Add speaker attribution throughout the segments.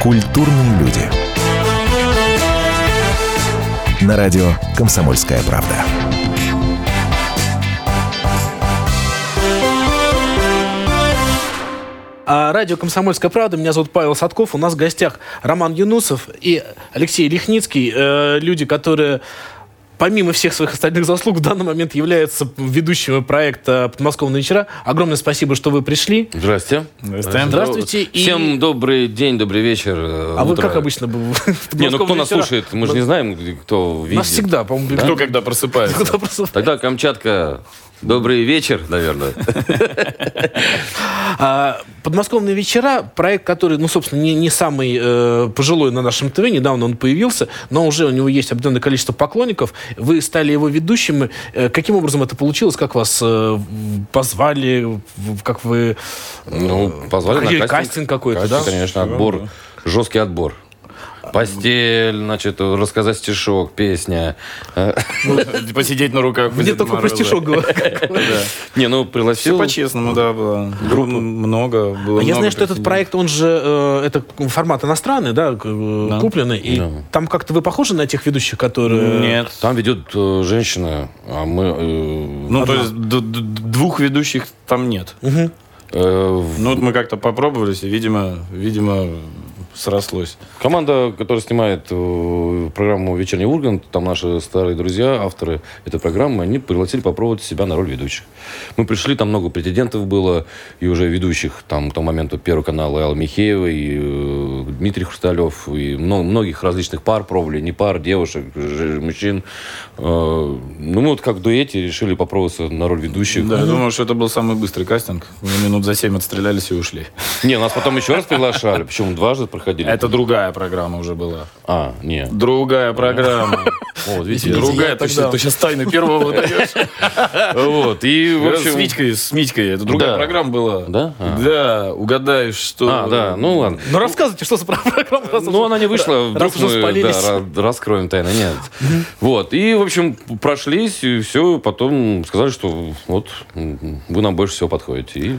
Speaker 1: Культурные люди. На радио «Комсомольская правда».
Speaker 2: А Радио «Комсомольская правда». Меня зовут Павел Садков. У нас в гостях Роман Юнусов и Алексей Лихницкий. э, люди, которые помимо всех своих остальных заслуг в данный момент являются ведущими проекта «Подмосковные вечера». Огромное спасибо, что вы пришли.
Speaker 3: Здрасте.
Speaker 4: Здрасте.
Speaker 2: Здравствуйте. И-
Speaker 3: Всем добрый день, добрый вечер. э,
Speaker 2: А вы
Speaker 3: утро.
Speaker 2: как обычно был? в
Speaker 3: Не, ну кто
Speaker 2: «Подмосковные
Speaker 3: нас
Speaker 2: вечера»?
Speaker 3: слушает? Мы же не знаем, где- кто видит.
Speaker 2: Нас всегда, по-моему,
Speaker 4: Кто когда просыпается?
Speaker 2: кто просто-
Speaker 3: Тогда Камчатка, добрый вечер, наверное.
Speaker 2: А, Подмосковные вечера проект, который, ну, собственно, не, не самый э, пожилой на нашем ТВ, недавно он появился, но уже у него есть определенное количество поклонников. Вы стали его ведущим. Э, каким образом это получилось? Как вас э, в- позвали? В- Как вы?
Speaker 3: Ну, позвали
Speaker 2: Или
Speaker 3: на
Speaker 2: кастинг какой-то, да?
Speaker 3: конечно, отбор. Жесткий отбор. Постель, значит, рассказать стишок, песня. Э,
Speaker 4: Посидеть Типа на руках. у
Speaker 2: Мне
Speaker 4: Деда
Speaker 2: только про
Speaker 4: Мороза.
Speaker 2: стишок говорят.
Speaker 3: Не, ну,
Speaker 4: Все
Speaker 3: пригласил.
Speaker 4: по-честному, да, было. Групп много было.
Speaker 2: А Я
Speaker 4: много
Speaker 2: знаю, что этот
Speaker 4: каких-
Speaker 2: проект, он же, э, это формат иностранный, да, к- э,
Speaker 4: Да.
Speaker 2: купленный. И
Speaker 3: Да.
Speaker 2: там как-то вы похожи на тех ведущих, которые...
Speaker 4: Нет.
Speaker 3: Там ведет э, женщина, а мы... э,
Speaker 4: Ну, то есть д- д- двух ведущих там нет.
Speaker 2: Мгм.
Speaker 3: э, в-
Speaker 4: Ну, вот мы как-то попробовались, и, видимо, видимо, срослось.
Speaker 3: Команда, которая снимает э, программу «Вечерний Ургант», там наши старые друзья, авторы этой программы, они пригласили попробовать себя на роль ведущих. Мы пришли, там много претендентов было, и уже ведущих, там к тому моменту Первого канала Алла Михеева, и э, Дмитрий Хрусталев, и мно- многих различных пар пробовали, не пар, девушек, ж- мужчин. Э, Ну, мы вот как в дуэте решили попробоваться на роль ведущих.
Speaker 4: Да, я думаю, что это был самый быстрый кастинг. Мы минут за семь отстрелялись и ушли.
Speaker 3: Не, нас потом еще раз приглашали, почему дважды проходили.
Speaker 4: Это другая программа уже была.
Speaker 3: А, не.
Speaker 4: Другая программа.
Speaker 3: О, вот видите,
Speaker 4: Другая, ты
Speaker 2: тогда-
Speaker 4: сейчас тайны первого даешь.
Speaker 3: Вот, и, в общем...
Speaker 4: С Витькой, с Митькой. Это другая
Speaker 3: Да.
Speaker 4: программа была.
Speaker 3: Да? А.
Speaker 4: Да, угадаешь, что...
Speaker 3: А, да, ну ладно.
Speaker 2: Ну, рассказывайте, что за программа. раз
Speaker 3: Ну,
Speaker 2: уж-
Speaker 3: она не вышла,
Speaker 2: раз
Speaker 3: вдруг
Speaker 2: уже
Speaker 3: мы
Speaker 2: спалились.
Speaker 3: да, ра- раскроем тайну, нет. Вот, и, в общем, прошлись, и все, потом сказали, что вот, м, вы нам больше всего подходите. И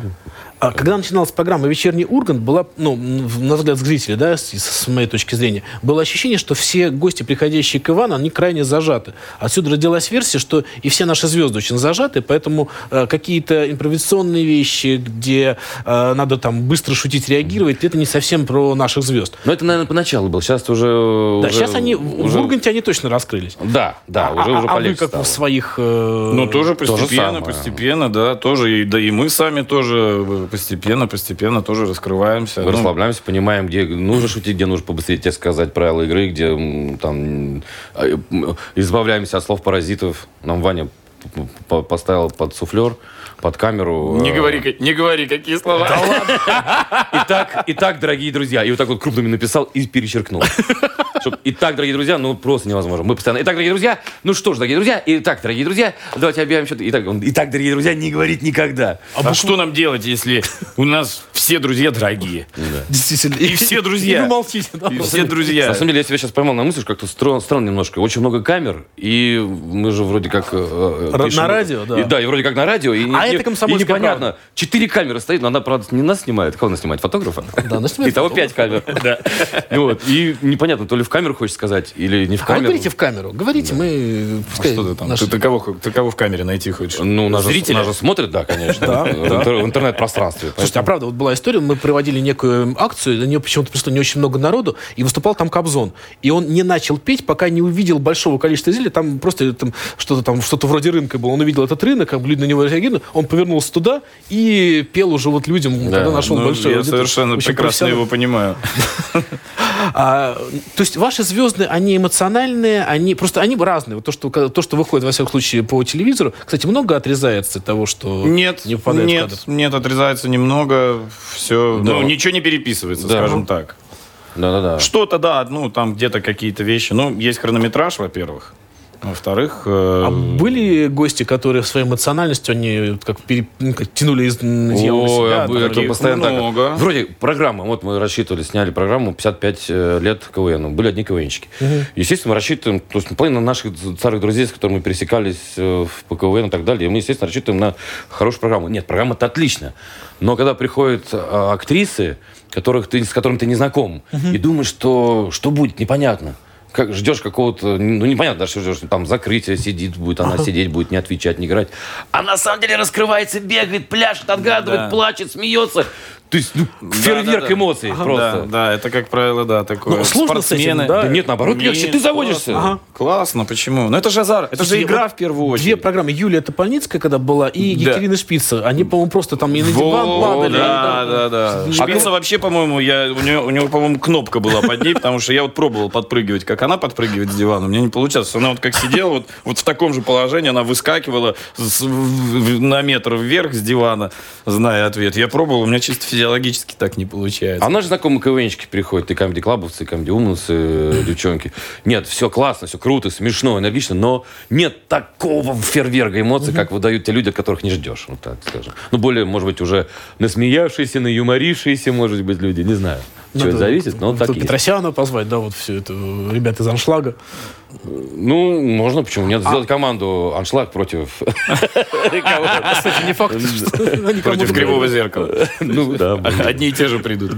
Speaker 2: А Когда начиналась программа «Вечерний Ургант», была, ну, м, в- на взгляд зрителя, да, с, с моей точки зрения, было ощущение, что все гости, приходящие к Ивану, они крайне зажаты. Отсюда родилась версия, что и все наши звезды очень зажаты, поэтому э, какие-то импровизационные вещи, где э, надо там быстро шутить, реагировать, это не совсем про наших звезд.
Speaker 3: Ну, это, наверное, поначалу было, сейчас уже...
Speaker 2: Да,
Speaker 3: уже-
Speaker 2: сейчас они, в
Speaker 3: уже-
Speaker 2: Урганте они точно раскрылись.
Speaker 3: Да, да, уже,
Speaker 2: а,
Speaker 3: уже
Speaker 2: а вы
Speaker 3: полегче
Speaker 2: как
Speaker 3: стало.
Speaker 2: в своих... э,
Speaker 4: Ну, тоже
Speaker 3: то же
Speaker 4: постепенно,
Speaker 3: самое.
Speaker 4: постепенно, да, тоже, и, да и мы сами тоже э, постепенно, постепенно тоже раскрываемся. Ну,
Speaker 3: Расслабляемся, понимаем, где нужно шутить, где нужно побыстрее тебе сказать правила игры, где м, там а, э, м, избавляемся от слов паразитов. Нам Ваня п- п- поставил под суфлер, под камеру.
Speaker 4: не
Speaker 3: э,
Speaker 4: говори, ка- не говори, какие слова.
Speaker 3: Итак, итак, дорогие друзья, и вот так вот крупными написал и перечеркнул. Чтоб Итак, дорогие друзья, ну просто невозможно. Мы постоянно. Итак, дорогие друзья, ну что ж, дорогие друзья, итак, дорогие друзья, давайте объявим что-то. Итак, он, итак, дорогие друзья, не говорить никогда.
Speaker 4: А, что нам делать, если у нас все друзья дорогие?
Speaker 2: Действительно.
Speaker 4: И все друзья.
Speaker 2: И вы молчите. да.
Speaker 4: И все
Speaker 3: На
Speaker 4: друзья.
Speaker 3: самом деле, я себя сейчас поймал на мысль, что как-то странно, странно немножко. Очень много камер, и мы же вроде как... э, э,
Speaker 2: Ра- на радио, да.
Speaker 3: И, да, и вроде как на радио. И,
Speaker 2: А
Speaker 3: не-
Speaker 2: это «Комсомольская
Speaker 3: и непонятно. Четыре камеры стоит, но она, правда, не нас снимает. Кого она снимает? Фотографа?
Speaker 2: Да, она снимает
Speaker 3: Итого пять камер. Да. Вот. И непонятно, то ли в камеру хочешь сказать, или не в
Speaker 2: А вы
Speaker 3: камеру.
Speaker 2: говорите в камеру, говорите, мы... э, пускай
Speaker 4: А Что ты там?
Speaker 2: наши-
Speaker 4: Ты, ты кого, ты кого в камере найти хочешь?
Speaker 3: Ну, нас же,
Speaker 4: Зрителя?
Speaker 3: нас же смотрят, да, конечно, в интер- в интернет-пространстве.
Speaker 2: Слушайте, а правда, вот была история, мы проводили некую эм, акцию, на нее почему-то пришло не очень много народу, и выступал там Кобзон. И он не начал петь, пока не увидел большого количества зрителей, там просто там, что-то там, что-то вроде рынка было. Он увидел этот рынок, как бы люди на него реагировали, он повернулся туда и пел уже вот людям, когда нашел
Speaker 4: Ну,
Speaker 2: большой
Speaker 4: я совершенно прекрасно его понимаю.
Speaker 2: А, то есть ваши звезды, они эмоциональные, они просто они разные. Вот то, что, то, что выходит, во всяком случае, по телевизору, кстати, много отрезается от того, что
Speaker 4: Нет,
Speaker 2: не попадает в
Speaker 4: нет,
Speaker 2: кадр.
Speaker 4: нет, отрезается немного, все,
Speaker 3: Да.
Speaker 4: ну, ничего не переписывается,
Speaker 3: Да.
Speaker 4: скажем так.
Speaker 3: Да-да-да.
Speaker 4: Что-то, да, ну, там где-то какие-то вещи. Ну, есть хронометраж, во-первых. Во-вторых...
Speaker 2: А
Speaker 4: э,
Speaker 2: были гости, которые своей эмоциональностью, они вот как, пере- ну, как тянули из из
Speaker 3: Ой,
Speaker 2: ямы на себя,
Speaker 3: а
Speaker 2: там,
Speaker 3: бы- а то
Speaker 4: таких
Speaker 3: постоянно так.
Speaker 4: много.
Speaker 3: Вроде программа, вот мы рассчитывали, сняли программу 55 э, лет КВН, были одни КВНщики. Естественно, мы рассчитываем, то есть половина наших старых друзей, с которыми мы пересекались э, в по КВН и так далее, мы, естественно, рассчитываем на хорошую программу. Нет, программа-то отличная. Но когда приходят э, актрисы, которых ты, с которыми ты не знаком, и думаешь, что, что будет, непонятно. Как, ждешь какого-то, ну непонятно даже, что ждешь, там закрытие сидит, будет она сидеть, будет не отвечать, не играть. А на самом деле раскрывается, бегает, пляшет, отгадывает,
Speaker 4: Да.
Speaker 3: плачет, смеется. То есть, ну,
Speaker 4: да,
Speaker 3: фейерверк
Speaker 4: да, да.
Speaker 3: эмоций
Speaker 4: Ага.
Speaker 3: просто.
Speaker 4: Да, да, это, как правило, да, такое.
Speaker 2: Ну, сложно с этим, да?
Speaker 3: Да нет, наоборот, легче, ты заводишься.
Speaker 4: Классно.
Speaker 2: Ага.
Speaker 4: Классно, почему? Ну, это же азарт, это же
Speaker 2: Слушайте,
Speaker 4: игра
Speaker 2: вот
Speaker 4: в первую
Speaker 2: Две
Speaker 4: очередь.
Speaker 2: программы. Юлия Тополницкая, когда была, и
Speaker 4: Да.
Speaker 2: Екатерина Шпица. Они, по-моему, просто там и на диван
Speaker 4: Во,
Speaker 2: падали.
Speaker 4: да, да, да. Шпица вообще, по-моему, я, у, нее, у него, по-моему, кнопка была под ней, потому что я вот пробовал подпрыгивать, как она подпрыгивает с дивана. У меня не получалось. Она вот как сидела, вот, вот в таком же положении она выскакивала с- в- в- на метр вверх с дивана, зная ответ. Я пробовал, у меня чисто физиологически так не
Speaker 3: А
Speaker 4: получается.
Speaker 3: наши знакомые КВНщики приходят, и камеди клабовцы, и камеди умницы, девчонки. Нет, все классно, все круто, смешно, энергично, но нет такого фейерверга эмоций, как выдают те люди, от которых не ждешь, вот так скажем. Ну, более, может быть, уже насмеявшиеся, наюморившиеся, может быть, люди, не знаю.
Speaker 4: Ну
Speaker 3: от чего это зависит, но так
Speaker 2: так
Speaker 3: есть.
Speaker 2: Петросяна позвать, да, вот все это, э, ребята из аншлага.
Speaker 3: Ну, можно, почему нет, сделать команду «Аншлаг» против...
Speaker 2: А, Кстати, не факт, что они
Speaker 4: Против
Speaker 2: кому-то-
Speaker 4: кривого зеркала.
Speaker 3: Ну, да, блин.
Speaker 4: Одни и те же придут.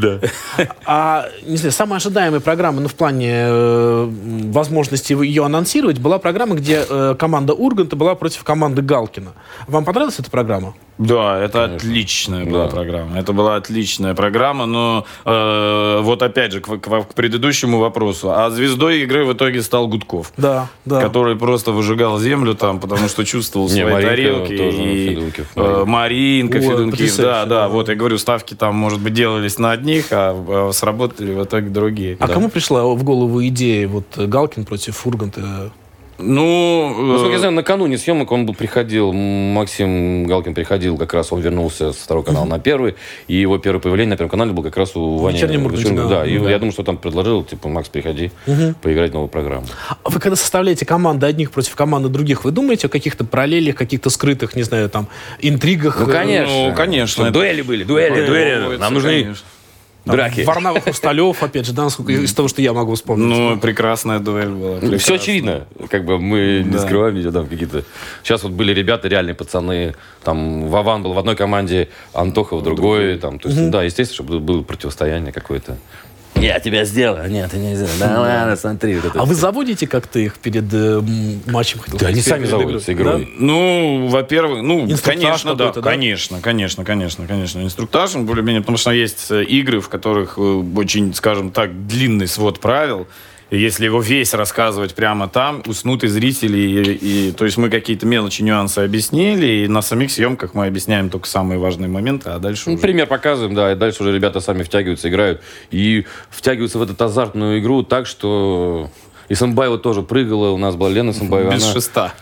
Speaker 2: А, не знаю, самая ожидаемая программа, ну, в плане э, возможности его- ее анонсировать, была программа, где э, команда Урганта была против команды Галкина. Вам понравилась эта программа?
Speaker 4: Да, это отличная была
Speaker 3: Да.
Speaker 4: программа. Это была отличная программа, но э, вот опять же к, в- к в- к предыдущему вопросу. А звездой игры в итоге стал Гудков.
Speaker 2: Да, да.
Speaker 4: Который просто выжигал землю там, потому что чувствовал
Speaker 3: Не,
Speaker 4: свои
Speaker 3: Маринка
Speaker 4: тарелки.
Speaker 3: тоже,
Speaker 4: и,
Speaker 3: Федункив,
Speaker 4: э,
Speaker 3: Маринка.
Speaker 4: Маринка,
Speaker 2: Ой,
Speaker 4: Федункив,
Speaker 2: потрясающе,
Speaker 4: да, да.
Speaker 2: да.
Speaker 4: Вот я говорю, ставки там, может быть, делались на одних, а э, сработали в итоге другие.
Speaker 2: А
Speaker 4: Да.
Speaker 2: кому пришла в голову идея вот э, Галкин против Урганта?
Speaker 4: Ну, э,
Speaker 3: Насколько я знаю, накануне съемок он был- приходил, м, Максим Галкин приходил, как раз он вернулся с второго канала на первый, и его первое появление на первом канале было как раз у Вани.
Speaker 2: «Вечернем Урганте»,
Speaker 3: Вечернем,
Speaker 2: да.
Speaker 3: да. И
Speaker 2: Да.
Speaker 3: я думаю, что там предложил, типа, Макс, приходи, поиграть в новую программу.
Speaker 2: А вы когда составляете команды одних против команды других, вы думаете о каких-то параллелях, каких-то скрытых, не знаю, там, интригах? э,
Speaker 3: Ну, конечно.
Speaker 4: ну, конечно,
Speaker 3: Чтобы
Speaker 4: это-
Speaker 3: Дуэли были, дуэли, дуэли. Нам нужны
Speaker 4: Конечно.
Speaker 3: драки.
Speaker 2: Варнавых Хрусталев, опять же, да, насколько- из того, что я могу вспомнить.
Speaker 4: Ну, прекрасная дуэль была.
Speaker 3: Все Ну, очевидно, как бы мы не
Speaker 4: Да.
Speaker 3: скрываем видео там какие-то. Сейчас вот были ребята, реальные пацаны, там Вован был в одной команде, Антоха в другой, там, то есть, да, естественно, чтобы было противостояние какое-то. Я тебя сделаю, нет, ты не сделаешь. Да ладно, смотри. вот это
Speaker 2: А
Speaker 3: всё.
Speaker 2: вы заводите как-то их перед э, м, матчем? хотел
Speaker 3: Да, они
Speaker 2: сказать,
Speaker 3: сами
Speaker 2: перед
Speaker 3: заводятся
Speaker 2: игрой,
Speaker 3: игрой.
Speaker 4: Ну, во-первых, ну,
Speaker 2: Инструктаж
Speaker 4: конечно, да,
Speaker 2: какой-то, да?
Speaker 4: конечно, конечно, конечно, конечно. Инструктаж, он более-менее, потому что есть э, игры, в которых э, очень, скажем так, длинный свод правил. И если его весь рассказывать прямо там, уснут и зрители. И, и- то есть мы какие-то мелочи, нюансы объяснили, и на самих съемках мы объясняем только самые важные моменты, а дальше
Speaker 3: Ну,
Speaker 4: уже...
Speaker 3: пример показываем, да, и дальше уже ребята сами втягиваются, играют. И втягиваются в эту азартную игру так, что... И Самбаева тоже прыгала, у нас была Лена Самбаева.
Speaker 4: Без
Speaker 3: она-
Speaker 4: шеста.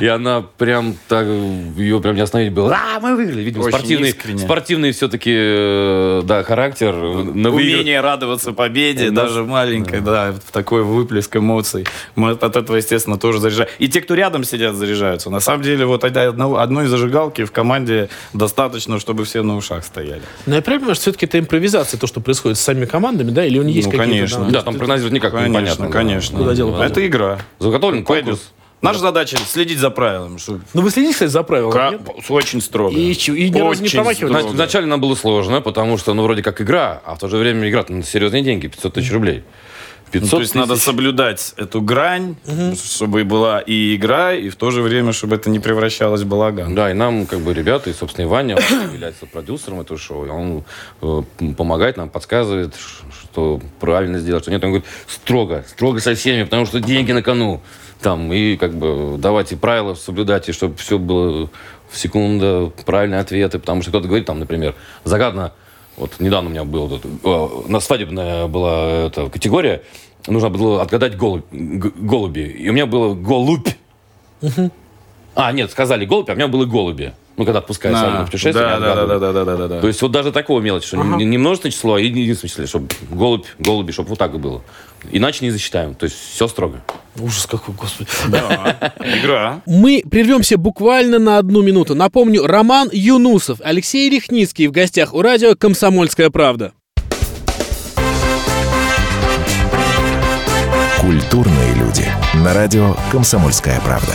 Speaker 3: И она прям так, ее прям не остановить было. А,
Speaker 2: Ну,
Speaker 3: мы выиграли. Видимо,
Speaker 4: Очень
Speaker 3: спортивный,
Speaker 4: искренне.
Speaker 3: спортивный все-таки, да, характер. На выигр-
Speaker 4: Умение радоваться победе,
Speaker 3: Да.
Speaker 4: даже маленькой, да. в такой выплеск эмоций. Мы от от этого, естественно, тоже заряжаем. И те, кто рядом сидят, заряжаются. На самом деле, вот одна- одного- одной зажигалки в команде достаточно, чтобы все на ушах стояли.
Speaker 2: Но я правильно понимаю, что все-таки это импровизация, то, что происходит с самими командами, да? Или у них есть
Speaker 4: Ну,
Speaker 2: какие-то...
Speaker 4: конечно.
Speaker 3: Да, там прогнозировать никак
Speaker 4: Конечно,
Speaker 3: непонятно.
Speaker 4: конечно.
Speaker 2: Куда дело пойдет?
Speaker 4: Это игра.
Speaker 3: Заготовлен
Speaker 4: Пойдет.
Speaker 3: конкурс.
Speaker 4: Наша задача следить за правилами. чтоб-
Speaker 2: Ну, вы следите, кстати, за правилами,
Speaker 4: Кра-
Speaker 2: нет?
Speaker 4: Очень строго.
Speaker 2: И чё, и ни разу не
Speaker 4: Очень
Speaker 2: промахивались?
Speaker 4: строго.
Speaker 3: Вна- Вначале нам было сложно, потому что, ну, вроде как игра, а в то же время игра на серьезные деньги, 500 тысяч рублей. 500
Speaker 4: Ну, То есть надо
Speaker 3: тысяч.
Speaker 4: соблюдать эту грань, чтобы была и игра, и в то же время, чтобы это не превращалось в балаган.
Speaker 3: Да, и нам, как бы, ребята, и, собственно, и Ваня он является продюсером этого шоу, и он э, м, помогает нам, подсказывает, ш- что правильно сделать, что нет. Он говорит, строго, строго со всеми, потому что деньги на кону. Там, и, как бы, давайте правила соблюдать, и чтобы все было в секунду, правильные ответы, потому что кто-то говорит, там, например, загадно, вот недавно у меня было, тут, э, на свадебная была эта категория, нужно было отгадать голубь, г- голуби, и у меня было голубь, а, нет, сказали голубь, а у меня было голуби. Ну, когда отпускают сами на путешествие.
Speaker 4: да,
Speaker 3: они
Speaker 4: да, да,
Speaker 3: отгадывают.
Speaker 4: да, да, да, да, да.
Speaker 3: То есть вот даже такого мелочи, что не не множественное число, а единственное число, чтобы голубь, голуби, чтобы вот так и было. Иначе не засчитаем. То есть все строго.
Speaker 2: Ужас какой, господи.
Speaker 4: Да. Игра.
Speaker 2: Мы прервемся буквально на одну минуту. Напомню, Роман Юнусов, Алексей Рехницкий в гостях у радио «Комсомольская правда».
Speaker 1: Культурные люди. На радио «Комсомольская правда».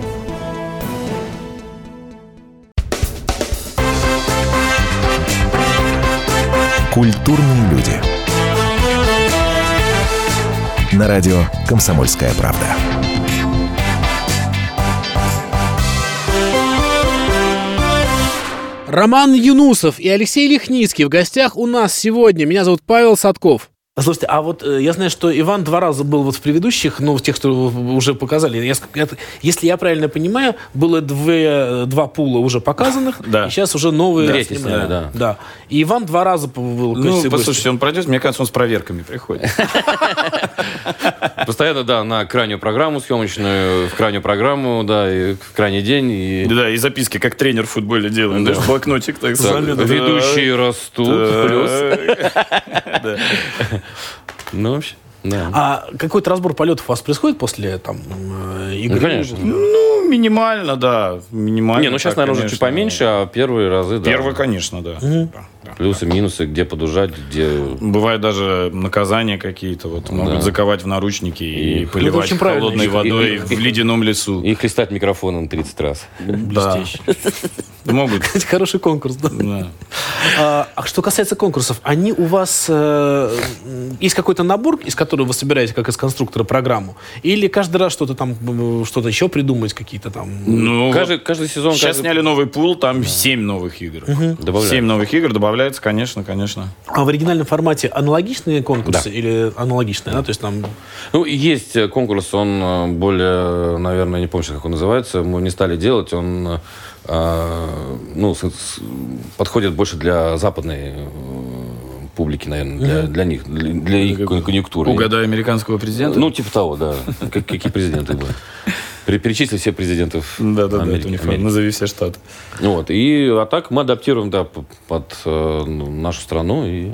Speaker 1: Культурные люди. На радио «Комсомольская правда».
Speaker 2: Роман Юнусов и Алексей Лихницкий в гостях у нас сегодня. Меня зовут Павел Садков. Слушайте, а вот э, я знаю, что Иван два раза был вот в предыдущих, ну, в тех, что вы уже показали. Я ск- это- если я правильно понимаю, было две, э, два пула уже показанных,
Speaker 4: Да.
Speaker 2: и сейчас уже новые
Speaker 3: Третий
Speaker 2: снимают.
Speaker 3: сняли, да.
Speaker 2: да. И Иван два раза п- был. в
Speaker 4: Ну,
Speaker 2: качестве гостя.
Speaker 4: послушайте, он пройдет, мне кажется, он с проверками приходит.
Speaker 3: Постоянно, да, на крайнюю программу съемочную, в крайнюю программу, да, и в крайний день. И
Speaker 4: Да, и записки, как тренер в футболе делаем, даже блокнотик так
Speaker 3: Так, ведущие растут, плюс. Ну, вообще, да.
Speaker 2: А какой-то разбор полетов у вас происходит после там э, игры?
Speaker 3: Ну, конечно.
Speaker 4: Ну, минимально, да. Минимально.
Speaker 3: Не, ну сейчас,
Speaker 4: так,
Speaker 3: наверное, уже чуть
Speaker 4: А, конечно.
Speaker 3: поменьше, а первые разы, да.
Speaker 4: Первый, конечно, да. Да, да.
Speaker 3: Плюсы, минусы, где подужать, где...
Speaker 4: Бывают даже наказания какие-то, вот могут заковать в наручники и,
Speaker 3: И-
Speaker 4: поливать
Speaker 2: очень правильно.
Speaker 4: холодной
Speaker 2: И-
Speaker 4: водой
Speaker 3: и- и-
Speaker 4: в ледяном лесу.
Speaker 3: И хлестать микрофоном 30 раз.
Speaker 4: Да. Могут.
Speaker 2: Кстати, хороший конкурс, да.
Speaker 4: Да.
Speaker 2: А, а что касается конкурсов, они у вас э, м, есть какой-то набор, из которого вы собираете как из конструктора программу, или каждый раз что-то там м, что-то еще придумать какие-то там?
Speaker 4: Ну,
Speaker 3: Каждый, каждый сезон...
Speaker 4: Сейчас
Speaker 3: каждый-
Speaker 4: сняли новый пул, там 7 новых игр.
Speaker 3: Добавляют.
Speaker 4: 7 новых игр добавляется, конечно, конечно.
Speaker 2: А в оригинальном формате аналогичные конкурсы или аналогичные, да? То есть там
Speaker 3: Ну, и есть э, конкурс, он э, более, наверное, не помню, сейчас, как он называется, мы не стали делать, он э, ну, с- с- подходит больше для западной э, публики, наверное, для, для них, для, для их кон- конъюнктуры.
Speaker 4: Угадай американского президента.
Speaker 3: Ну, типа того, да. Как- какие президенты были. Пере- Перечисли все президентов
Speaker 4: да, да, да, это
Speaker 3: Америки.
Speaker 4: у них
Speaker 3: Америки.
Speaker 4: назови все штаты.
Speaker 3: Вот. И а так мы адаптируем, да, п- под э, ну, нашу страну. И...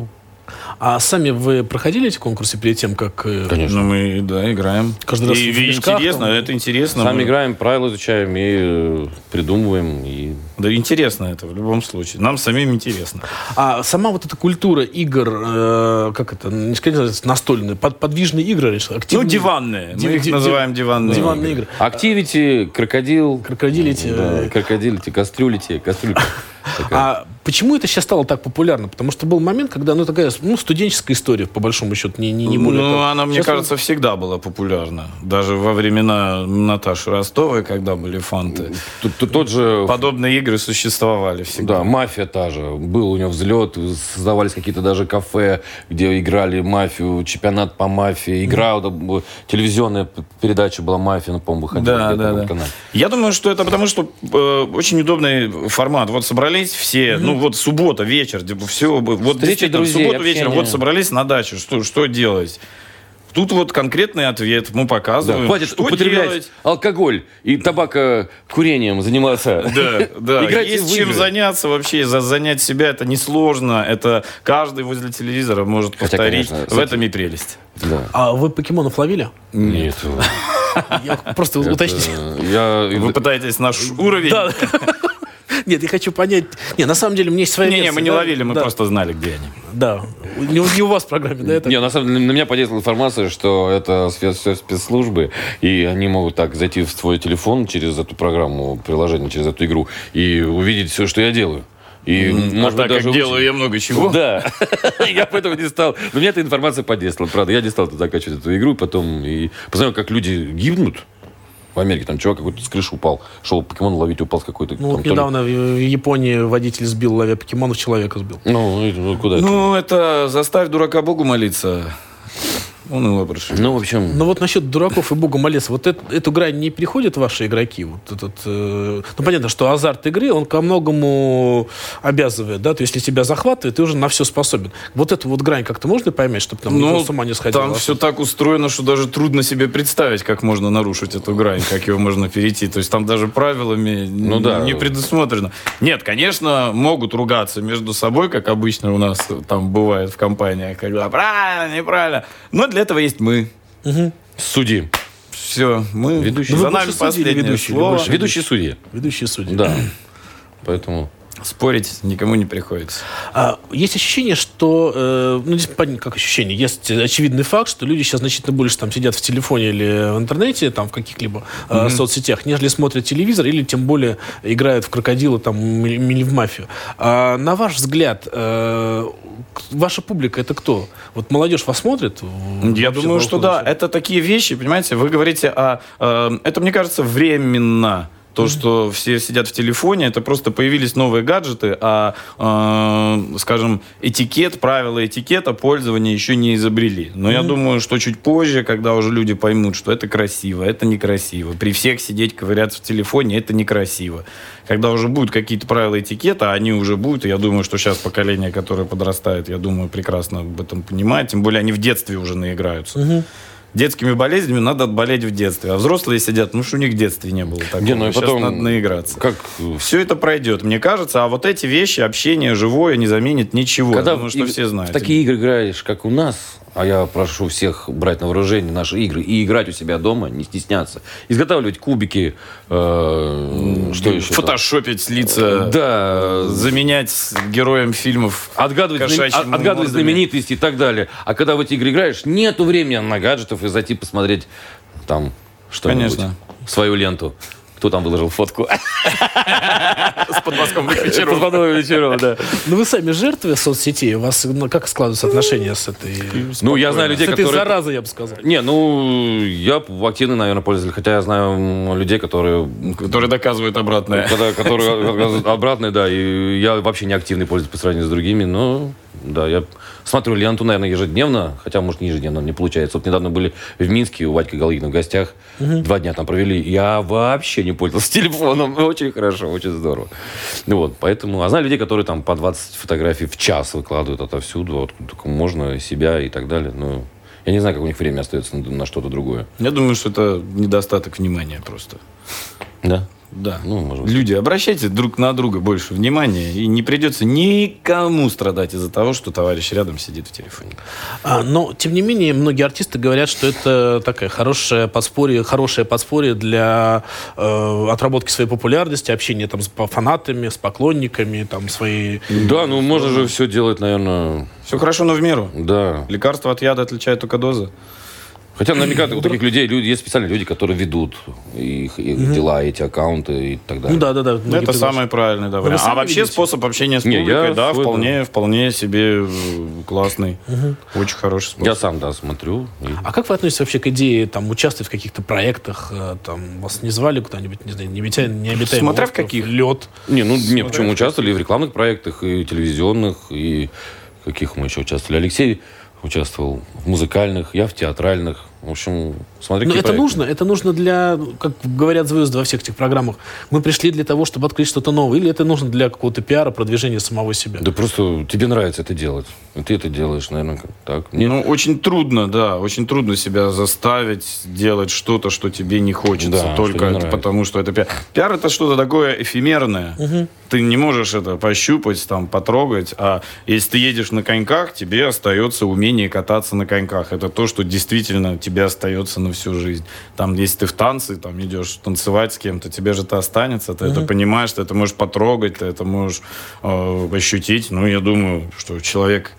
Speaker 2: а сами вы проходили эти конкурсы перед тем, как э,
Speaker 4: Ну, мы, да, играем.
Speaker 2: Каждый раз
Speaker 4: и,
Speaker 2: в
Speaker 4: и
Speaker 2: мешках
Speaker 4: интересно,
Speaker 2: там.
Speaker 4: это интересно.
Speaker 3: Сами
Speaker 4: Мы-
Speaker 3: играем, правила изучаем и э, придумываем. И...
Speaker 4: Да, интересно это в любом случае. Нам самим интересно.
Speaker 2: А сама вот эта культура игр, э, как это, не сказать, настольные, под, подвижные игры, или что,
Speaker 4: Ну,
Speaker 2: активные-
Speaker 4: диванные.
Speaker 2: Див-
Speaker 4: Мы их
Speaker 2: див-
Speaker 4: называем диванные.
Speaker 2: диванные игры.
Speaker 3: Активити, крокодил.
Speaker 2: Крокодилити, э,
Speaker 3: Ну, Да, крокодилити, кастрюлити, кастрюлька. такая.
Speaker 2: А почему это сейчас стало так популярно? Потому что был момент, когда, ну, такая, ну, студенческая история, по большому счету, не, не, не более
Speaker 4: Ну,
Speaker 2: того.
Speaker 4: она, мне
Speaker 2: Сейчас
Speaker 4: кажется, всегда была популярна. Даже во времена Наташи Ростовой, когда были фанты.
Speaker 3: Тут- тут Тот же...
Speaker 4: Подобные игры существовали всегда.
Speaker 3: Да, мафия та же. Был у него взлет, создавались какие-то даже кафе, где играли мафию, чемпионат по мафии, игра, вот, б- телевизионная п- передача была мафия, ну, по-моему, выходила
Speaker 4: Да,
Speaker 3: где-то
Speaker 4: да,
Speaker 3: на
Speaker 4: да.
Speaker 3: канале.
Speaker 4: Я думаю, что это потому, что э, очень удобный формат. Вот собрались все, ну вот суббота, вечер, типа, все, бы- вот
Speaker 3: Встреча
Speaker 4: действительно, в
Speaker 3: друзей,
Speaker 4: субботу вечером,
Speaker 3: общение.
Speaker 4: вот собрались на дачу, что, что делать? Тут вот конкретный ответ мы
Speaker 3: Да,
Speaker 4: показываем.
Speaker 3: Хватит
Speaker 4: что
Speaker 3: употреблять
Speaker 4: делать?
Speaker 3: алкоголь и табакокурением заниматься.
Speaker 4: Да, да.
Speaker 3: Играйте в
Speaker 4: Есть чем
Speaker 3: игры.
Speaker 4: заняться вообще, за- занять себя, это несложно, это каждый возле телевизора может
Speaker 3: Хотя,
Speaker 4: повторить.
Speaker 3: конечно,
Speaker 4: в
Speaker 3: с
Speaker 4: этом и прелесть.
Speaker 3: Да.
Speaker 2: А вы покемонов ловили?
Speaker 3: Нет.
Speaker 2: Я просто
Speaker 3: это-
Speaker 2: уточните.
Speaker 3: Я...
Speaker 4: Вы пытаетесь наш уровень?
Speaker 2: Да. Нет, я хочу понять. Не, на самом деле, мне есть своя
Speaker 4: Не-не,
Speaker 2: версия,
Speaker 4: мы не
Speaker 2: да?
Speaker 4: ловили, мы
Speaker 2: Да,
Speaker 4: просто знали, где они.
Speaker 2: Да. Не, у- не у вас в программе, да? Это...
Speaker 3: Не, на самом деле на меня подействовала информация, что это спец- всё спецслужбы, и они могут так зайти в свой телефон через эту программу, приложение, через эту игру, и увидеть все, что я делаю. И,
Speaker 4: А
Speaker 3: может быть,
Speaker 4: так
Speaker 3: даже
Speaker 4: как
Speaker 3: лучше.
Speaker 4: делаю я много чего.
Speaker 3: Да. Я поэтому не стал. Но меня эта информация подействовала, правда. Я не стал тут закачивать эту игру, потом и посмотрел, как люди гибнут. в Америке. Там чувак какой-то с крыши упал, шел покемон ловить, упал с какой-то...
Speaker 2: Ну,
Speaker 3: там,
Speaker 2: вот
Speaker 3: то ли-
Speaker 2: недавно в в Японии водитель сбил, ловя покемонов, человека сбил.
Speaker 3: Ну, и- ну, куда это?
Speaker 4: Ну, это заставь дурака Богу молиться. Он его прошел.
Speaker 3: Ну, в общем...
Speaker 2: Ну вот насчет дураков и бога молец, вот эт- эту грань не переходят ваши игроки? Вот этот, э, ну понятно, что азарт игры, он ко многому обязывает, да, то есть если тебя захватывает, ты уже на все способен. Вот эту вот грань как-то можно поймать, чтобы там никто с ума не сходил?
Speaker 4: Ну, там все так устроено, что даже трудно себе представить, как можно нарушить эту грань, как ее можно перейти. То есть там даже правилами
Speaker 3: Ну
Speaker 4: н-
Speaker 3: да.
Speaker 4: не предусмотрено. Нет, конечно, могут ругаться между собой, как обычно у нас там бывает в компаниях, когда правильно, неправильно. Но для этого есть мы.
Speaker 3: Судьи.
Speaker 4: Все, мы
Speaker 3: Ведущий.
Speaker 4: за
Speaker 2: Ну, Вы
Speaker 4: нами
Speaker 2: больше судьи или
Speaker 4: последнее
Speaker 2: ведущий? Или
Speaker 4: слово.
Speaker 2: больше?
Speaker 3: Ведущий судья.
Speaker 2: Ведущие судьи.
Speaker 3: Да. Поэтому...
Speaker 4: Спорить никому не приходится.
Speaker 2: А, есть ощущение, что... э, ну, здесь понятно, как ощущение. Есть э, очевидный факт, что люди сейчас значительно больше там сидят в телефоне или в интернете, там, в каких-либо э, соцсетях, нежели смотрят телевизор или тем более играют в крокодила там м- или в мафию. А на ваш взгляд, э, к- ваша публика это кто? Вот молодежь вас смотрит? в-
Speaker 4: Я
Speaker 2: вообще
Speaker 4: думаю,
Speaker 2: на
Speaker 4: что
Speaker 2: уходе?
Speaker 4: да. Это такие вещи, понимаете, вы говорите о... э, это, мне кажется, временно. То, что все сидят в телефоне, это просто появились новые гаджеты, а, э, скажем, этикет, правила этикета пользования еще не изобрели. Но я думаю, что чуть позже, когда уже люди поймут, что это красиво, это некрасиво, при всех сидеть, ковыряться в телефоне, это некрасиво. Когда уже будут какие-то правила этикета, а они уже будут, и я думаю, что сейчас поколение, которое подрастает, я думаю, прекрасно об этом понимает, тем более они в детстве уже наиграются. Детскими болезнями надо отболеть в детстве, а взрослые сидят, ну что у них в детстве не было такого.
Speaker 3: Не, ну и
Speaker 4: Сейчас
Speaker 3: потом-
Speaker 4: надо наиграться.
Speaker 3: Как...
Speaker 4: Все это пройдет, мне кажется, а вот эти вещи, общение живое не заменит ничего.
Speaker 3: Когда
Speaker 4: я думаю, что
Speaker 3: иг-
Speaker 4: все знают.
Speaker 3: в такие игры играешь, как у нас, а я прошу всех брать на вооружение наши игры и играть у себя дома, не стесняться. Изготавливать кубики, э, что еще? там?
Speaker 4: Фотошопить лица,
Speaker 3: Да,
Speaker 4: э, заменять с героем фильмов а,
Speaker 3: отгадывать, знамен-
Speaker 4: кошачьими
Speaker 3: от- отгадывать
Speaker 4: мордами.
Speaker 3: знаменитости и так далее. А когда в эти игры играешь, нету времени на гаджетов и зайти посмотреть там что-нибудь.
Speaker 4: Конечно.
Speaker 3: Свою ленту. Кто там выложил фотку?
Speaker 4: С подмостком
Speaker 3: Под водой вечером, да.
Speaker 2: Ну, вы сами жертвы соцсетей. У вас ну, как складываются отношения с этой...
Speaker 3: Ну, я знаю людей,
Speaker 2: с этой
Speaker 3: которые...
Speaker 2: заразой, я бы сказал.
Speaker 3: Не, ну, я активный, наверное, пользователь. Хотя я знаю м, людей, которые...
Speaker 4: Которые доказывают обратное.
Speaker 3: когда- которые обратные, да, и я вообще не активный пользователь по сравнению с другими, но да, я смотрю ленту, наверное, ежедневно, хотя, может, не ежедневно, не получается. Вот недавно были в Минске у Вадька Галыгина в гостях, два дня там провели, я вообще не пользовался телефоном, очень хорошо, очень здорово. Ну вот, поэтому, а знаю людей, которые там по 20 фотографий в час выкладывают отовсюду, вот, только можно и себя и так далее, но я не знаю, как у них время остается на, на что-то другое.
Speaker 4: Я думаю, что это недостаток внимания просто.
Speaker 3: Да?
Speaker 4: Да.
Speaker 3: Ну, может быть.
Speaker 4: Люди, обращайте друг на друга больше внимания, и не придется никому страдать из-за того, что товарищ рядом сидит в телефоне.
Speaker 2: А, но, тем не менее, многие артисты говорят, что это такая хорошая подспорье, хорошее подспорье для э, отработки своей популярности, общения там с по- фанатами, с поклонниками, там своей...
Speaker 3: Да, ну можно же все делать, наверное,
Speaker 4: Все хорошо, но в меру.
Speaker 3: да.
Speaker 4: Лекарство от яда отличает только доза.
Speaker 3: Хотя наверняка у таких людей люди, есть специальные люди, которые ведут их, их дела, эти аккаунты и так далее.
Speaker 2: Ну да, да, да. многие
Speaker 4: это
Speaker 2: предлож-
Speaker 4: самый правильный да,
Speaker 2: вы
Speaker 4: вариант. А
Speaker 2: сами
Speaker 4: вообще
Speaker 2: видите?
Speaker 4: способ общения с
Speaker 3: Не, я
Speaker 4: публикой, да,
Speaker 3: свой, да.
Speaker 4: вполне, вполне себе э, классный. Очень хороший способ.
Speaker 3: Я сам, да, смотрю. и-
Speaker 2: А как вы относитесь вообще к идее там участвовать в каких-то проектах? э, Там вас не звали куда-нибудь, не знаю, необитя- необитаемый
Speaker 4: Смотря в
Speaker 2: остров,
Speaker 4: каких.
Speaker 2: Лед.
Speaker 3: Не, ну, не, почему участвовали и в рекламных проектах, и телевизионных, и каких мы еще участвовали. Алексей участвовал в музыкальных, я в театральных. В общем, смотри,
Speaker 2: Но Ну,
Speaker 3: какие
Speaker 2: это
Speaker 3: проекты.
Speaker 2: нужно, это нужно для, ну, как говорят звезды во всех этих программах, мы пришли для того, чтобы открыть что-то новое, или это нужно для какого-то пиара, продвижения самого себя?
Speaker 3: Да просто тебе нравится это делать. И ты это делаешь, наверное, как так. Мне-
Speaker 4: Ну, очень трудно, да, очень трудно себя заставить делать что-то, что тебе не хочется,
Speaker 3: Да,
Speaker 4: только
Speaker 3: что не
Speaker 4: это
Speaker 3: нравится.
Speaker 4: потому, что это пиар. Пиар это что-то такое эфемерное. Ты не можешь это пощупать, там, потрогать, а если ты едешь на коньках, тебе остается умение кататься на коньках. Это то, что действительно тебе остается на всю жизнь. Там, если ты в танцы, там, идешь танцевать с кем-то, тебе же это останется, ты это понимаешь, ты это можешь потрогать, ты это можешь э, ощутить. Ну, я думаю, что человек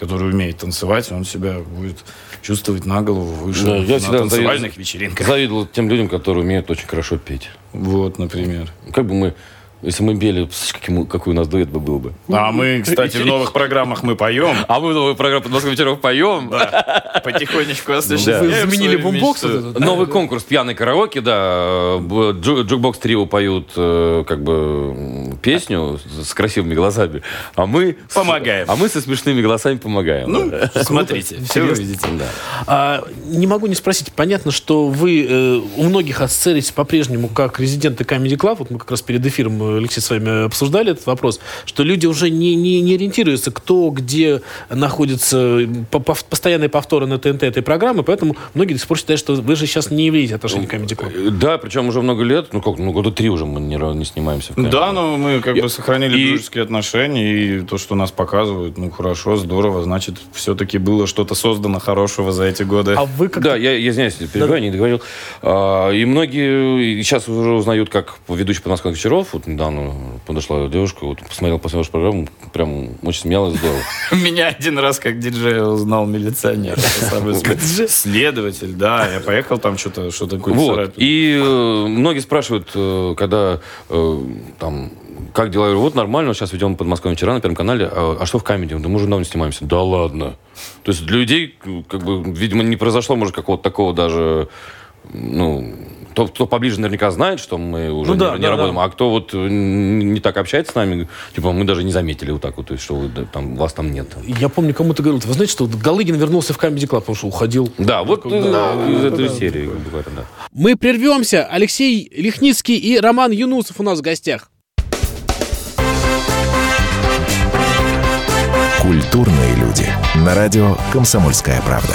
Speaker 4: который умеет танцевать, он себя будет чувствовать на голову выше
Speaker 3: Да, я
Speaker 4: на
Speaker 3: всегда
Speaker 4: танцевальных
Speaker 3: завидую-
Speaker 4: вечеринках.
Speaker 3: Завидовал тем людям, которые умеют очень хорошо петь.
Speaker 4: Вот, например.
Speaker 3: Как бы мы, если мы пели, представляешь, каким мы- какой у нас дуэт бы был бы.
Speaker 4: А мы, кстати, в новых программах мы поем.
Speaker 3: А мы новую программу «Под Москвой вечеров» поем.
Speaker 4: Да. потихонечку
Speaker 3: да.
Speaker 2: Вы
Speaker 4: осуществляем
Speaker 2: заменили
Speaker 4: свою
Speaker 2: бумбокс?
Speaker 4: мечту.
Speaker 2: вот этот?
Speaker 3: Новый конкурс «Пьяный караоке», да. э, б- джу- Джукбокс трио поют э, как бы м, песню с- с красивыми глазами, а мы... с-
Speaker 4: Помогаем.
Speaker 3: а мы со смешными голосами помогаем. Э,
Speaker 4: Ну,
Speaker 3: да.
Speaker 4: смотрите, все
Speaker 2: Серьезно?
Speaker 4: увидите.
Speaker 2: А, не могу не спросить. Понятно, что вы э, у многих ассоциируетесь по-прежнему как резиденты Comedy Club. Вот мы как раз перед эфиром, э, Алексей, с вами обсуждали этот вопрос, что люди уже не, не, не ориентируются, кто где находится. По- пов- постоянные повторы на ТНТ этой программы, поэтому многие до сих пор считают, что вы же сейчас не являетесь отношением Comedy Club.
Speaker 3: Э, Да, причем уже много лет, ну как, ну года три уже мы не, ра- не снимаемся. в камере.
Speaker 4: Да, но мы как
Speaker 3: И-
Speaker 4: бы сохранили
Speaker 3: и-
Speaker 4: дружеские отношения, и то, что нас показывают, ну хорошо, здорово, значит, все-таки было что-то создано хорошего за эти годы.
Speaker 2: А вы как
Speaker 3: Да, я, я извиняюсь, перебиваю, не договорил. А, и многие сейчас уже узнают, как ведущий подмосковных вечеров, вот недавно подошла девушка, вот посмотрела последнюю вашу программу, прям очень смеялась, здорово.
Speaker 4: Меня один раз как диджея узнал милиционер. Это самое смешное. Следователь, да, я поехал там что-то, что такое.
Speaker 3: Вот. И э, многие спрашивают, э, когда э, там как дела? Я говорю, вот нормально, сейчас ведем под Москвой вчера на Первом канале. А, а что в камеди? Да мы уже давно не снимаемся. Да ладно. То есть для людей, э, как бы, видимо, не произошло, может, какого-то такого даже, ну, кто, кто поближе наверняка знает, что мы уже
Speaker 2: Ну
Speaker 3: не,
Speaker 2: да,
Speaker 3: не
Speaker 2: да,
Speaker 3: работаем,
Speaker 2: да.
Speaker 3: а кто вот э, н- не так общается с нами, типа мы даже не заметили вот так вот, то есть, что вы, да, там, вас там нет.
Speaker 2: Я помню, кому-то говорил, вы знаете, что вот Галыгин вернулся в Comedy Club, потому что уходил.
Speaker 3: Да, вот
Speaker 2: Ну,
Speaker 3: э,
Speaker 4: да,
Speaker 3: из
Speaker 4: да,
Speaker 3: этой
Speaker 4: да,
Speaker 3: серии, грубо говоря, да.
Speaker 2: Мы прервемся. Алексей Лихницкий и Роман Юнусов у нас в гостях.
Speaker 1: Культурные люди. На радио «Комсомольская правда».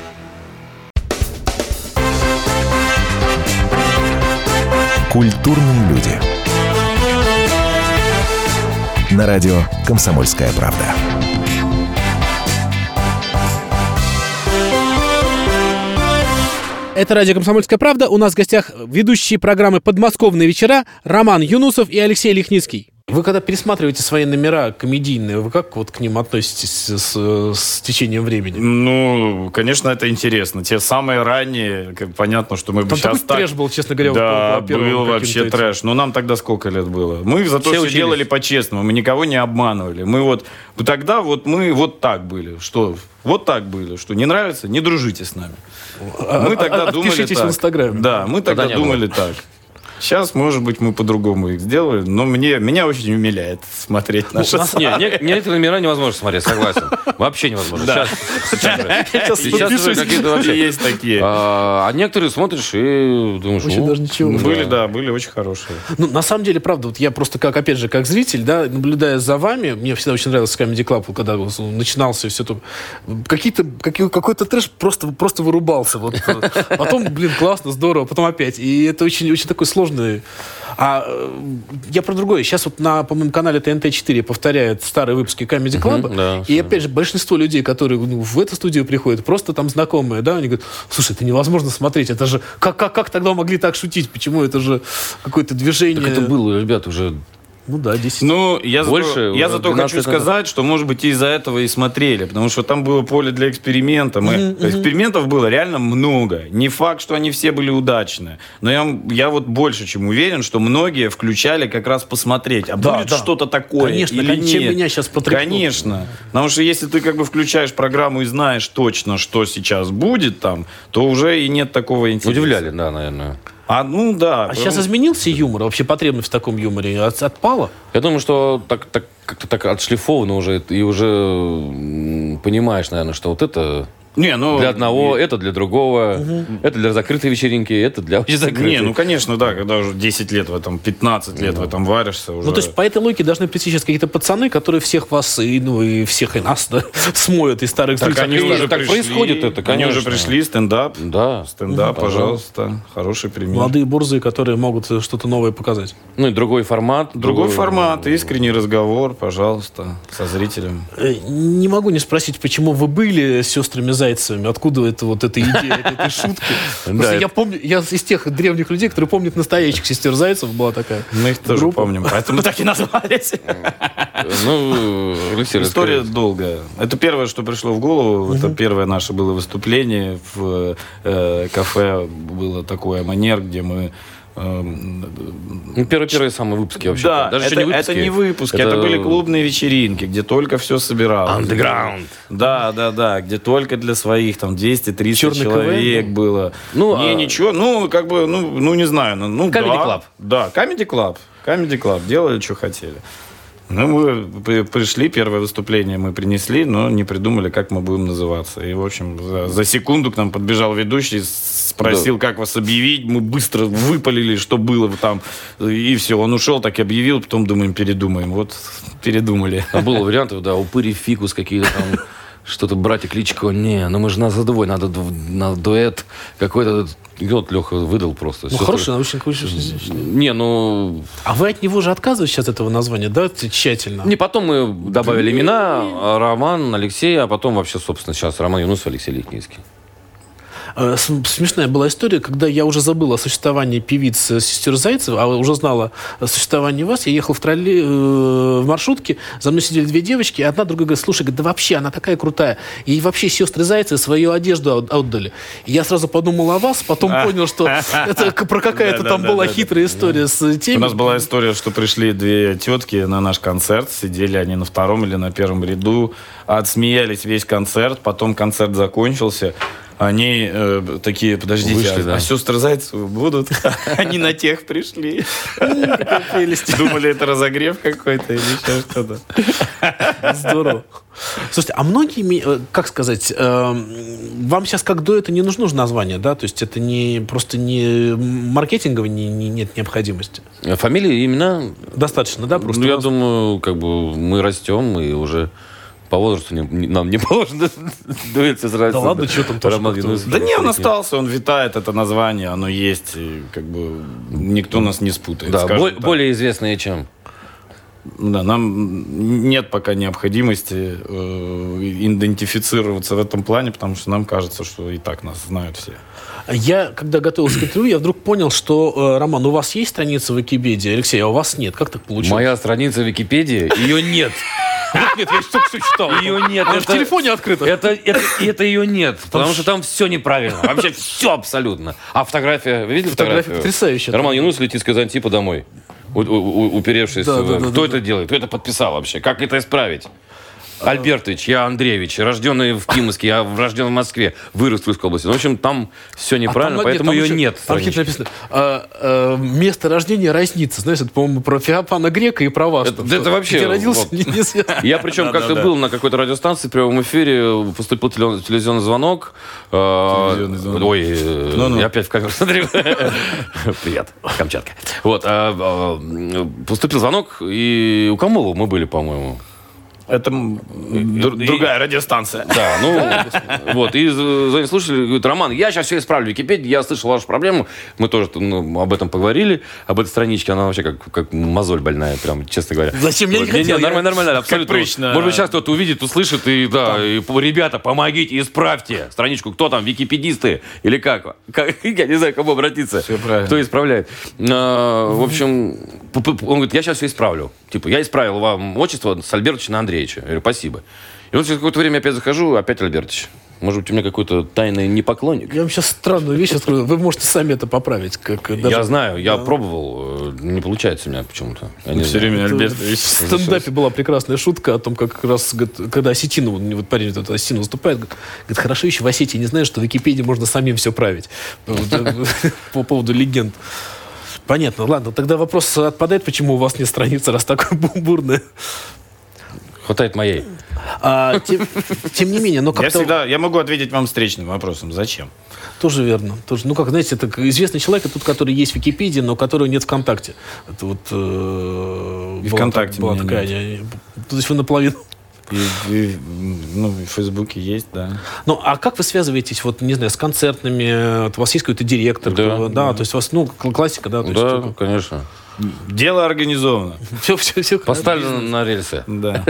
Speaker 1: Культурные люди. На радио «Комсомольская правда».
Speaker 2: Это радио «Комсомольская правда». У нас в гостях ведущие программы «Подмосковные вечера» Роман Юнусов и Алексей Лихницкий. Вы когда пересматриваете свои номера комедийные, вы как вот к ним относитесь с, с- с течением времени?
Speaker 4: Ну, конечно, это интересно. Те самые ранние, как понятно, что мы бы
Speaker 2: Там такой
Speaker 4: сейчас так...
Speaker 2: трэш был, честно говоря.
Speaker 4: да,
Speaker 2: по- по первым
Speaker 4: был
Speaker 2: каким-то
Speaker 4: вообще
Speaker 2: этим.
Speaker 4: трэш. Но нам тогда сколько лет было? Мы зато
Speaker 3: Все
Speaker 4: все,
Speaker 3: учились.
Speaker 4: делали по-честному, мы никого не обманывали. Мы вот тогда вот мы вот так были, что вот так были, что не нравится, не дружите с нами.
Speaker 2: А-
Speaker 4: Мы
Speaker 2: а-
Speaker 4: тогда
Speaker 2: а-
Speaker 4: думали
Speaker 2: отпишитесь
Speaker 4: так.
Speaker 2: в Инстаграме.
Speaker 4: Да, мы
Speaker 3: Тогда
Speaker 4: тогда,
Speaker 3: не
Speaker 4: думали так. Сейчас, может быть, мы по-другому их сделали, но мне, меня очень умиляет смотреть наши
Speaker 3: Сейчас не, не- некоторые номера невозможно смотреть, согласен. Вообще невозможно.
Speaker 4: Да.
Speaker 3: Сейчас, сейчас же.
Speaker 4: Сейчас
Speaker 3: Сейчас уже какие-то вообще...
Speaker 4: Есть такие.
Speaker 3: А, а некоторые смотришь и думаешь...
Speaker 2: Вообще
Speaker 3: «О,
Speaker 2: даже ничего.
Speaker 4: Были, да, были очень хорошие.
Speaker 2: Ну, на самом деле, правда, вот я просто как, опять же, как зритель, да, наблюдая за вами, мне всегда очень нравился Comedy Club, когда он начинался и все там. Какие-то, какие- какой-то трэш просто, просто вырубался. Вот. А Потом, блин, классно, здорово, потом опять. И это очень, очень такой сложный... А э, я про другое. Сейчас вот на, по-моему, канале ТНТ-4 повторяют старые выпуски Comedy Club.
Speaker 3: Мгм, да,
Speaker 2: и, опять же, большинство людей, которые ну, в эту студию приходят, просто там знакомые, да, они говорят, слушай, это невозможно смотреть, это же... Как, как, как тогда могли так шутить? Почему это же какое-то движение...
Speaker 3: Так это было, ребят, уже...
Speaker 2: Ну да, 10.
Speaker 4: Ну, я
Speaker 3: Больше,
Speaker 4: зато, я
Speaker 3: э,
Speaker 4: зато
Speaker 3: 12
Speaker 4: хочу
Speaker 3: лет назад.
Speaker 4: сказать, что, может быть, из-за этого и смотрели, потому что там было поле для эксперимента. Мы, экспериментов было реально много. Не факт, что они все были удачны, но я, вам- я вот больше чем уверен, что многие включали как раз посмотреть, а
Speaker 2: Да,
Speaker 4: будет
Speaker 2: да.
Speaker 4: что-то такое
Speaker 2: Конечно,
Speaker 4: или
Speaker 2: кон- чем
Speaker 4: нет.
Speaker 2: меня сейчас протряхнуло.
Speaker 4: Конечно, потому что если ты как бы включаешь программу и знаешь точно, что сейчас будет там, то уже и нет такого интереса.
Speaker 3: Удивляли, да, наверное.
Speaker 4: А ну да.
Speaker 2: А сейчас изменился юмор? Вообще потребность в таком юморе от- отпала?
Speaker 3: Я думаю, что так, так, как-то так отшлифовано уже, и уже м, понимаешь, наверное, что вот это
Speaker 4: Не, ну...
Speaker 3: Для одного, это для другого, это для закрытой вечеринки, это для очень закрытой.
Speaker 4: Не, ну, конечно, да, когда уже 10 лет в этом, 15 лет в этом варишься уже.
Speaker 2: Ну, то есть по этой логике должны прийти сейчас какие-то пацаны, которые всех вас и, ну, и всех и нас да, смоют из старых
Speaker 4: Так
Speaker 2: зрителей.
Speaker 4: они
Speaker 3: конечно,
Speaker 4: уже
Speaker 3: так
Speaker 4: пришли.
Speaker 3: происходит это,
Speaker 4: Они уже
Speaker 3: конечно.
Speaker 4: пришли, стендап.
Speaker 3: Да.
Speaker 4: Стендап,
Speaker 3: Мгм.
Speaker 4: пожалуйста. Хороший пример.
Speaker 2: Молодые бурзы, которые могут э, что-то новое показать.
Speaker 3: Ну и другой формат.
Speaker 4: Другой формат, искренний разговор, пожалуйста, со зрителем.
Speaker 2: Э, Не могу не спросить, почему вы были с сестрами Зайцевыми, откуда это вот эта идея этой- этой шутки. Потому что
Speaker 3: это-
Speaker 2: я помню, я из тех древних людей, которые помнят настоящих сестер Зайцев, была такая. Ну,
Speaker 4: Мы их тоже
Speaker 2: Группа.
Speaker 4: помним, поэтому мы так и назвались.
Speaker 3: Ну, Алексей,
Speaker 4: История
Speaker 3: расскажите.
Speaker 4: долгая. Это первое, что пришло в голову. Это первое наше было выступление в э, кафе. Было такое манер, где мы... э, эм,
Speaker 3: Ну, Первые-первые самые выпуски вообще.
Speaker 4: да,
Speaker 3: Даже
Speaker 4: это,
Speaker 3: еще не выпуски.
Speaker 4: это не выпуски, это... были клубные вечеринки, где только все собиралось.
Speaker 3: Underground.
Speaker 4: Да, да, да, где только для своих, там 200-300
Speaker 2: Чёрный
Speaker 4: человек было.
Speaker 3: Ну,
Speaker 4: Ну, не,
Speaker 3: а-
Speaker 4: ничего, ну, как бы, ну, ну не знаю. Ну, ну,
Speaker 3: Comedy
Speaker 4: да.
Speaker 3: Club.
Speaker 4: Да, Comedy Club. Comedy Club. Делали, что хотели. Ну, мы при- пришли, первое выступление мы принесли, но не придумали, как мы будем называться. И, в общем, за, за секунду к нам подбежал ведущий, с- спросил, как вас объявить. Мы быстро выпалили, что было там. И все, он ушел, так и объявил. Потом думаем, передумаем. Вот передумали.
Speaker 3: Там было вариантов, да, упыри, фикус, какие-то там, что-то братья Кличко. Не, ну мы же нас за двое, надо дв- на дуэт какой-то. И вот Леха выдал просто.
Speaker 2: Ну,
Speaker 3: Всё
Speaker 2: хороший
Speaker 3: тоже.
Speaker 2: научно-классический.
Speaker 3: Не, ну...
Speaker 2: А вы от него же отказываетесь от этого названия, да, т- тщательно?
Speaker 3: Не, потом мы добавили имена. Роман, Алексей, а потом вообще, собственно, сейчас Роман Юнусов, Алексей Летницкий.
Speaker 2: Э, см- Смешная была история, когда я уже забыл о существовании певиц э, сестер Зайцев, а уже знала о существовании вас. Я ехал в тролле, э, в маршрутке, за мной сидели две девочки, и одна другая говорит, слушай, говорит, да вообще, она такая крутая. И вообще сестры Зайцы свою одежду от- отдали. И я сразу подумал о вас, потом понял, что это к- про какая-то
Speaker 4: А. Да,
Speaker 2: там
Speaker 4: да,
Speaker 2: была
Speaker 4: да, да.
Speaker 2: хитрая история с э,
Speaker 4: У
Speaker 2: теми.
Speaker 4: нас была история, что пришли две тетки на наш концерт, сидели они на втором или на первом ряду, отсмеялись весь концерт, потом концерт закончился. Они э, такие, подождите,
Speaker 3: Вышли,
Speaker 4: а,
Speaker 3: да.
Speaker 4: а сестры Зайцевы будут? Они на тех пришли. Думали, это разогрев какой-то или еще что-то.
Speaker 2: Здорово. Слушайте, а многие, ми- э, как сказать, э, м, вам сейчас как до это не нужно же название, да? То есть это не просто не маркетингово не, не- нет необходимости.
Speaker 3: А Фамилии, имена
Speaker 2: Достаточно, да? Просто
Speaker 3: ну, я
Speaker 2: у нас-
Speaker 3: думаю, как бы мы растем, и уже по возрасту не- не- нам не положено дуэться сразу.
Speaker 2: Да ладно, чё там тоже
Speaker 3: Роман
Speaker 2: как-то.
Speaker 3: Юнусов.
Speaker 4: Да не, он остался, он витает, это название, оно есть, и как бы никто нас не спутает.
Speaker 3: Да,
Speaker 4: скажем
Speaker 3: бо-
Speaker 4: так.
Speaker 3: более известные, чем...
Speaker 4: Да, нам нет пока необходимости э, идентифицироваться в этом плане, потому что нам кажется, что и так нас знают все.
Speaker 2: Я, когда готовился к интервью, я вдруг понял, что, э, Роман, у вас есть страница в Википедии, Алексей, а у вас нет. Как так получилось?
Speaker 3: Моя страница в Википедии, ее нет.
Speaker 2: Нет, я только что читал.
Speaker 3: Ее нет.
Speaker 2: Она в
Speaker 3: это-
Speaker 2: телефоне открыта.
Speaker 3: Это, это, это ее нет, потому что там все неправильно. Вообще все абсолютно. А фотография, вы видели
Speaker 2: Фотография
Speaker 3: фотографию?
Speaker 2: потрясающая.
Speaker 3: Роман Юнус летит из Казантипа домой, у- у- у- уперевшись.
Speaker 2: Да,
Speaker 3: в-
Speaker 2: да, да,
Speaker 3: Кто
Speaker 2: да,
Speaker 3: это делает? Кто это подписал вообще? Как это исправить? Альбертович, я Андреевич, рожденный в Кимовске, я рожден в Москве, вырос в Тульской области. Ну, в общем, там
Speaker 2: А
Speaker 3: все
Speaker 2: там,
Speaker 3: неправильно,
Speaker 2: а,
Speaker 3: поэтому
Speaker 2: там
Speaker 3: ее
Speaker 2: еще-
Speaker 3: нет.
Speaker 2: Там
Speaker 3: странички.
Speaker 2: какие-то написано. э, э, место рождения разница. Знаешь, это, по-моему, про Феопана Грека и про вас.
Speaker 3: Это-
Speaker 2: там,
Speaker 3: да это
Speaker 2: что-
Speaker 3: вообще,
Speaker 2: Где родился,
Speaker 3: вот.
Speaker 2: не- неизвестно.
Speaker 3: Я причем как-то был на какой-то радиостанции, в прямом эфире э, поступил теле- телевизионный звонок. Э,
Speaker 4: Телевизионный звонок.
Speaker 3: Ой, э,
Speaker 4: Ну-ну.
Speaker 3: я опять в камеру смотрю. Привет, Камчатка. Вот, а, а, поступил звонок, и у Камолова мы были, по-моему.
Speaker 4: Это м, дру-
Speaker 3: и-
Speaker 4: другая радиостанция.
Speaker 3: Да, А, ну, вот, и звонит слушатель, говорит, Роман, я сейчас все исправлю в Википедии, я слышал вашу проблему, мы тоже ну, об этом поговорили, об этой страничке, она вообще как, как мозоль больная, прям, честно говоря.
Speaker 2: Зачем? Я не
Speaker 3: Вот, не-не,
Speaker 2: хотел, я-
Speaker 3: нормально, нормально, абсолютно.
Speaker 4: прыщ на-
Speaker 3: Может быть, сейчас кто-то увидит, услышит, и да, и, по- ребята, помогите, исправьте страничку, кто там, википедисты, или как? Как- Я не знаю, к кому обратиться.
Speaker 4: Всё правильно.
Speaker 3: Кто исправляет. А, в общем, п- п- он говорит, я сейчас все исправлю. Типа, я исправил вам отчество с Альбертовича на Андреевича. Я говорю, спасибо. И вот через какое-то время опять захожу, опять Альбертович. Может быть, у меня какой-то тайный непоклонник?
Speaker 2: Я вам сейчас странную вещь открою. Вы можете сами это поправить. Как э, даже
Speaker 3: Я знаю, я пробовал, э, не получается у меня почему-то. Я не
Speaker 4: Все
Speaker 3: знаю.
Speaker 4: время
Speaker 2: в
Speaker 4: Альбертович.
Speaker 2: стендапе была прекрасная шутка о том, как, как раз, говорит, когда Осетину, вот парень этот Осетин выступает, говорит, говорит, хорошо еще в Осетии не знаешь, что в Википедии можно самим все править. Вот, э, По поводу легенд. Понятно, ладно, тогда вопрос отпадает, почему у вас нет страницы, раз такое бурное.
Speaker 3: Хватает моей.
Speaker 2: А, тем, тем не менее, но
Speaker 4: Я
Speaker 2: как-то...
Speaker 4: всегда, я могу ответить вам встречным вопросом. Зачем?
Speaker 2: Тоже верно. Тоже. Ну, как, знаете, так известный человек, тот, который есть в Википедии, но которого нет ВКонтакте. Это вот... э,
Speaker 4: И
Speaker 2: была
Speaker 4: ВКонтакте
Speaker 2: так- была
Speaker 4: меня
Speaker 2: такая... э, То есть вы наполовину...
Speaker 4: И, и, ну, и в Фейсбуке есть, да.
Speaker 2: Ну, а как вы связываетесь, вот, не знаю, с концертными? э, Вот у вас есть какой-то директор?
Speaker 3: Да.
Speaker 2: кто- да, то есть у вас, ну, кл- классика, да? То
Speaker 3: да, конечно.
Speaker 4: Дело организовано.
Speaker 2: все, все, все.
Speaker 3: Поставлено на рельсы.
Speaker 4: Да.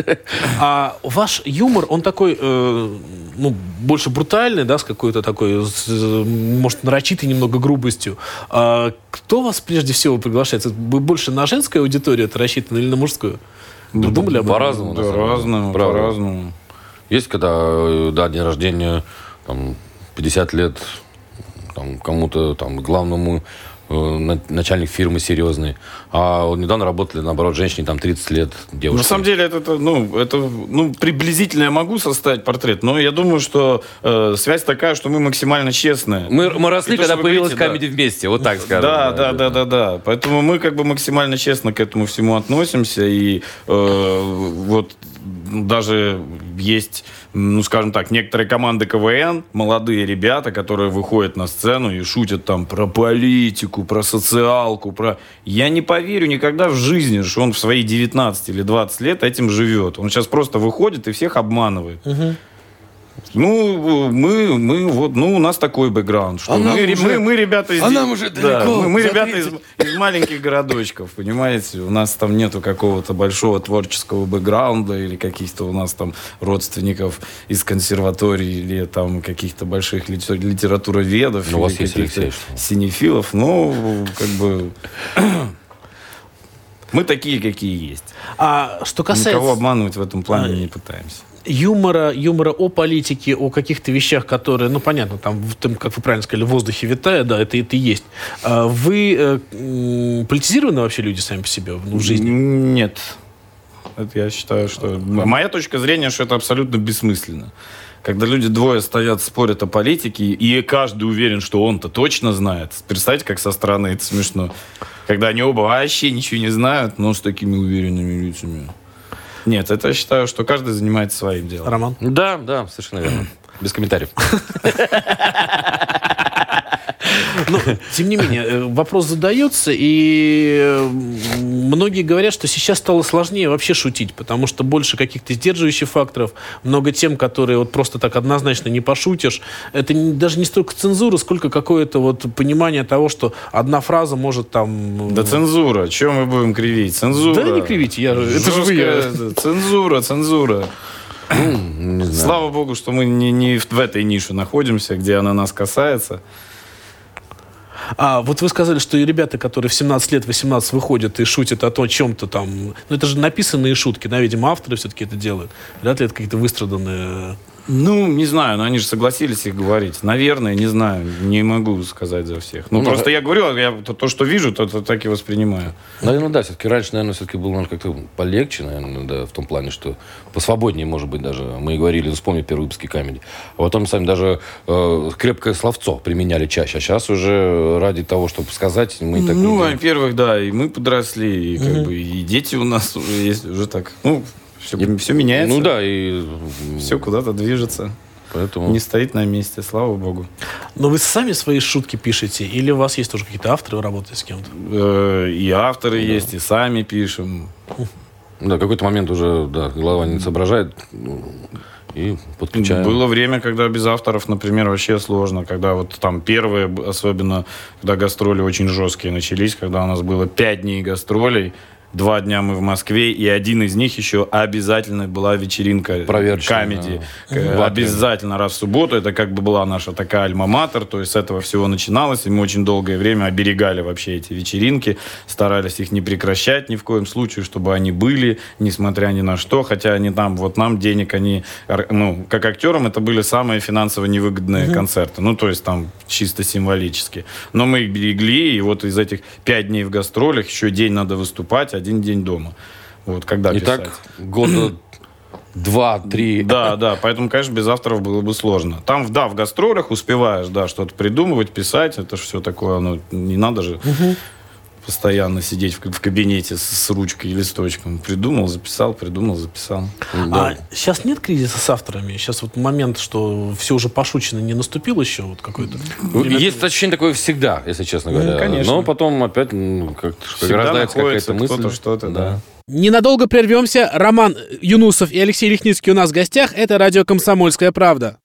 Speaker 2: А ваш юмор, он такой, э, ну, больше брутальный, да, с какой-то такой, с, э, может, нарочитой немного грубостью. А кто вас прежде всего приглашает? Вы больше на женскую аудиторию это рассчитано или на мужскую?
Speaker 3: Ну,
Speaker 2: Вы думали об этом?
Speaker 3: По-разному. на
Speaker 4: Ну, Да,
Speaker 3: самом деле.
Speaker 4: разному,
Speaker 3: Правда.
Speaker 4: по-разному.
Speaker 3: Есть, когда, э, да, день рождения, там, 50 лет, там, кому-то, там, главному э, на- начальник фирмы серьезный. А вот недавно работали, наоборот, женщине, там, 30 лет, девушке.
Speaker 4: На самом деле, это, это, ну, это, ну, приблизительно я могу составить портрет, но я думаю, что э, связь такая, что мы максимально честные.
Speaker 3: Мы, мы росли,
Speaker 4: И то,
Speaker 3: когда
Speaker 4: что вы
Speaker 3: появилась
Speaker 4: говорите,
Speaker 3: комедия вместе, вот так скажем.
Speaker 4: Да, да, да, да, да. Поэтому мы как бы максимально честно к этому всему относимся. И э, вот даже есть, ну, скажем так, некоторые команды КВН, молодые ребята, которые выходят на сцену и шутят там про политику, про социалку, про... Я не поверю никогда в жизни, что он в свои 19 или 20 лет этим живет. Он сейчас просто выходит и всех обманывает. Ну, мы, мы вот, ну, у нас такой бэкграунд, что
Speaker 5: А нам
Speaker 4: мы, ре-
Speaker 5: уже-
Speaker 4: мы, мы ребята из...
Speaker 5: а нам уже
Speaker 4: да,
Speaker 5: далеко,
Speaker 4: мы, мы
Speaker 5: за
Speaker 4: ребята из, из маленьких городочков, понимаете? У нас там нету какого-то большого творческого бэкграунда или каких-то у нас там родственников из консерватории или там каких-то больших лите- литературоведов.
Speaker 3: Ну, у вас
Speaker 4: или
Speaker 3: есть,
Speaker 4: каких-то
Speaker 3: Алексей, что?
Speaker 4: Синефилов. Ну, как бы... Мы такие, какие есть.
Speaker 2: А что касается
Speaker 4: Никого обманывать в этом плане не пытаемся.
Speaker 2: юмора, юмора о политике, о каких-то вещах, которые, ну, понятно, там, в том, как вы правильно сказали, в воздухе витая, да, это, это и есть. А Вы э, м, политизированы вообще люди сами по себе ну, в жизни?
Speaker 4: Нет. Это я считаю, что... Моя точка зрения, что это абсолютно бессмысленно. Когда люди двое стоят, спорят о политике, и каждый уверен, что он-то точно знает. Представьте, как со стороны это смешно. Когда они оба вообще ничего не знают, но с такими уверенными лицами. Нет, это я считаю, что каждый занимается своим делом.
Speaker 2: Роман?
Speaker 3: Да, да, совершенно верно. Без комментариев.
Speaker 2: Ну, тем не менее, э, вопрос задается, и э, многие говорят, что сейчас стало сложнее вообще шутить, потому что больше каких-то сдерживающих факторов, много тем, которые вот просто так однозначно не пошутишь. Это не- даже не столько цензура, сколько какое-то вот понимание того, что одна фраза может там... э,
Speaker 4: Да цензура, чем мы будем кривить? Цензура.
Speaker 2: Да не кривите, я же- это же вы.
Speaker 4: Жесткая, да, Цензура, цензура. Слава богу, что мы не, не в в этой нише находимся, где она нас касается.
Speaker 2: А вот вы сказали, что и ребята, которые в 17 лет, 18 выходят и шутят о том, чем-то там... Ну, это же написанные шутки, да, видимо, авторы все-таки это делают. Вряд ли это какие-то выстраданные...
Speaker 4: Ну, не знаю, но они же согласились их говорить. Наверное, не знаю, не могу сказать за всех. Ну,
Speaker 3: Ну,
Speaker 4: просто
Speaker 3: да.
Speaker 4: я говорю, я то, то, что вижу, то, то так и воспринимаю.
Speaker 3: Наверное, да, все-таки раньше, наверное, все-таки было наверное, как-то полегче, наверное, да, в том плане, что посвободнее, может быть, даже. Мы и говорили, ну, вспомни первые выпуски камеди. А потом сами даже э, крепкое словцо применяли чаще. А сейчас уже ради того, чтобы сказать, мы так
Speaker 4: ну,
Speaker 3: не делаем.
Speaker 4: во-первых, да, и мы подросли, и, как бы, и дети у нас уже есть, уже так. Ну, все, меняется.
Speaker 3: Ну да, и
Speaker 4: Все куда-то движется.
Speaker 3: поэтому...
Speaker 4: Не стоит на месте, слава богу.
Speaker 2: Но вы сами свои шутки пишете? Или у вас есть тоже какие-то авторы, вы работаете с кем-то?
Speaker 4: Э, И авторы
Speaker 3: Ну,
Speaker 4: есть, и сами пишем.
Speaker 3: Да, какой-то момент уже, да, голова не соображает. ну, И подключаем.
Speaker 4: Было время, когда без авторов, например, вообще сложно. Когда вот там первые, б- особенно, когда гастроли очень жесткие начались, когда у нас было пять дней гастролей, два дня мы в Москве, и один из них еще обязательно была вечеринка
Speaker 3: Проверочная,
Speaker 4: камеди.
Speaker 3: да.
Speaker 4: Э,
Speaker 3: Мгм.
Speaker 4: Обязательно раз в субботу. Это как бы была наша такая альма-матер, то есть с этого всего начиналось, и мы очень долгое время оберегали вообще эти вечеринки, старались их не прекращать ни в коем случае, чтобы они были, несмотря ни на что, хотя они там, вот нам денег, они, ар- ну, как актерам это были самые финансово невыгодные концерты, ну, то есть там чисто символически. Но мы их берегли, и вот из этих пять дней в гастролях еще день надо выступать, один день дома. Вот, когда
Speaker 3: И
Speaker 4: писать.
Speaker 3: так года два-три.
Speaker 4: Да, да, поэтому, конечно, без авторов было бы сложно. Там, да, в гастролях успеваешь, да, что-то придумывать, писать, это же все такое, ну, не надо же. постоянно сидеть в, в кабинете с, с ручкой и листочком. Придумал, записал, придумал, записал.
Speaker 2: А сейчас нет кризиса с авторами? Сейчас вот момент, что все уже пошучено не наступил еще вот какой-то?
Speaker 3: Ну, Есть ощущение такое всегда, если честно говоря.
Speaker 4: Ну, конечно.
Speaker 3: Но потом опять ну, как-то рождается какая-то мысль.
Speaker 4: кто-то что-то, да.
Speaker 2: Ненадолго прервемся. Роман Юнусов и Алексей Лихницкий у нас в гостях. Это радио «Комсомольская правда».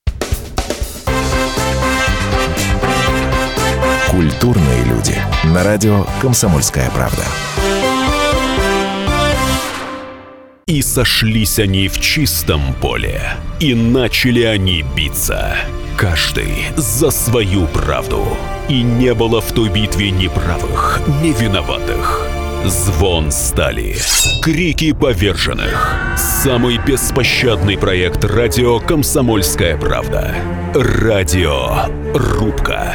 Speaker 1: Культурные люди. На радио «Комсомольская правда».
Speaker 5: И сошлись они в чистом поле. И начали они биться. Каждый за свою правду. И не было в той битве ни правых, ни виноватых. Звон стали. Крики поверженных. Самый беспощадный проект радио «Комсомольская правда». Радио «Рубка».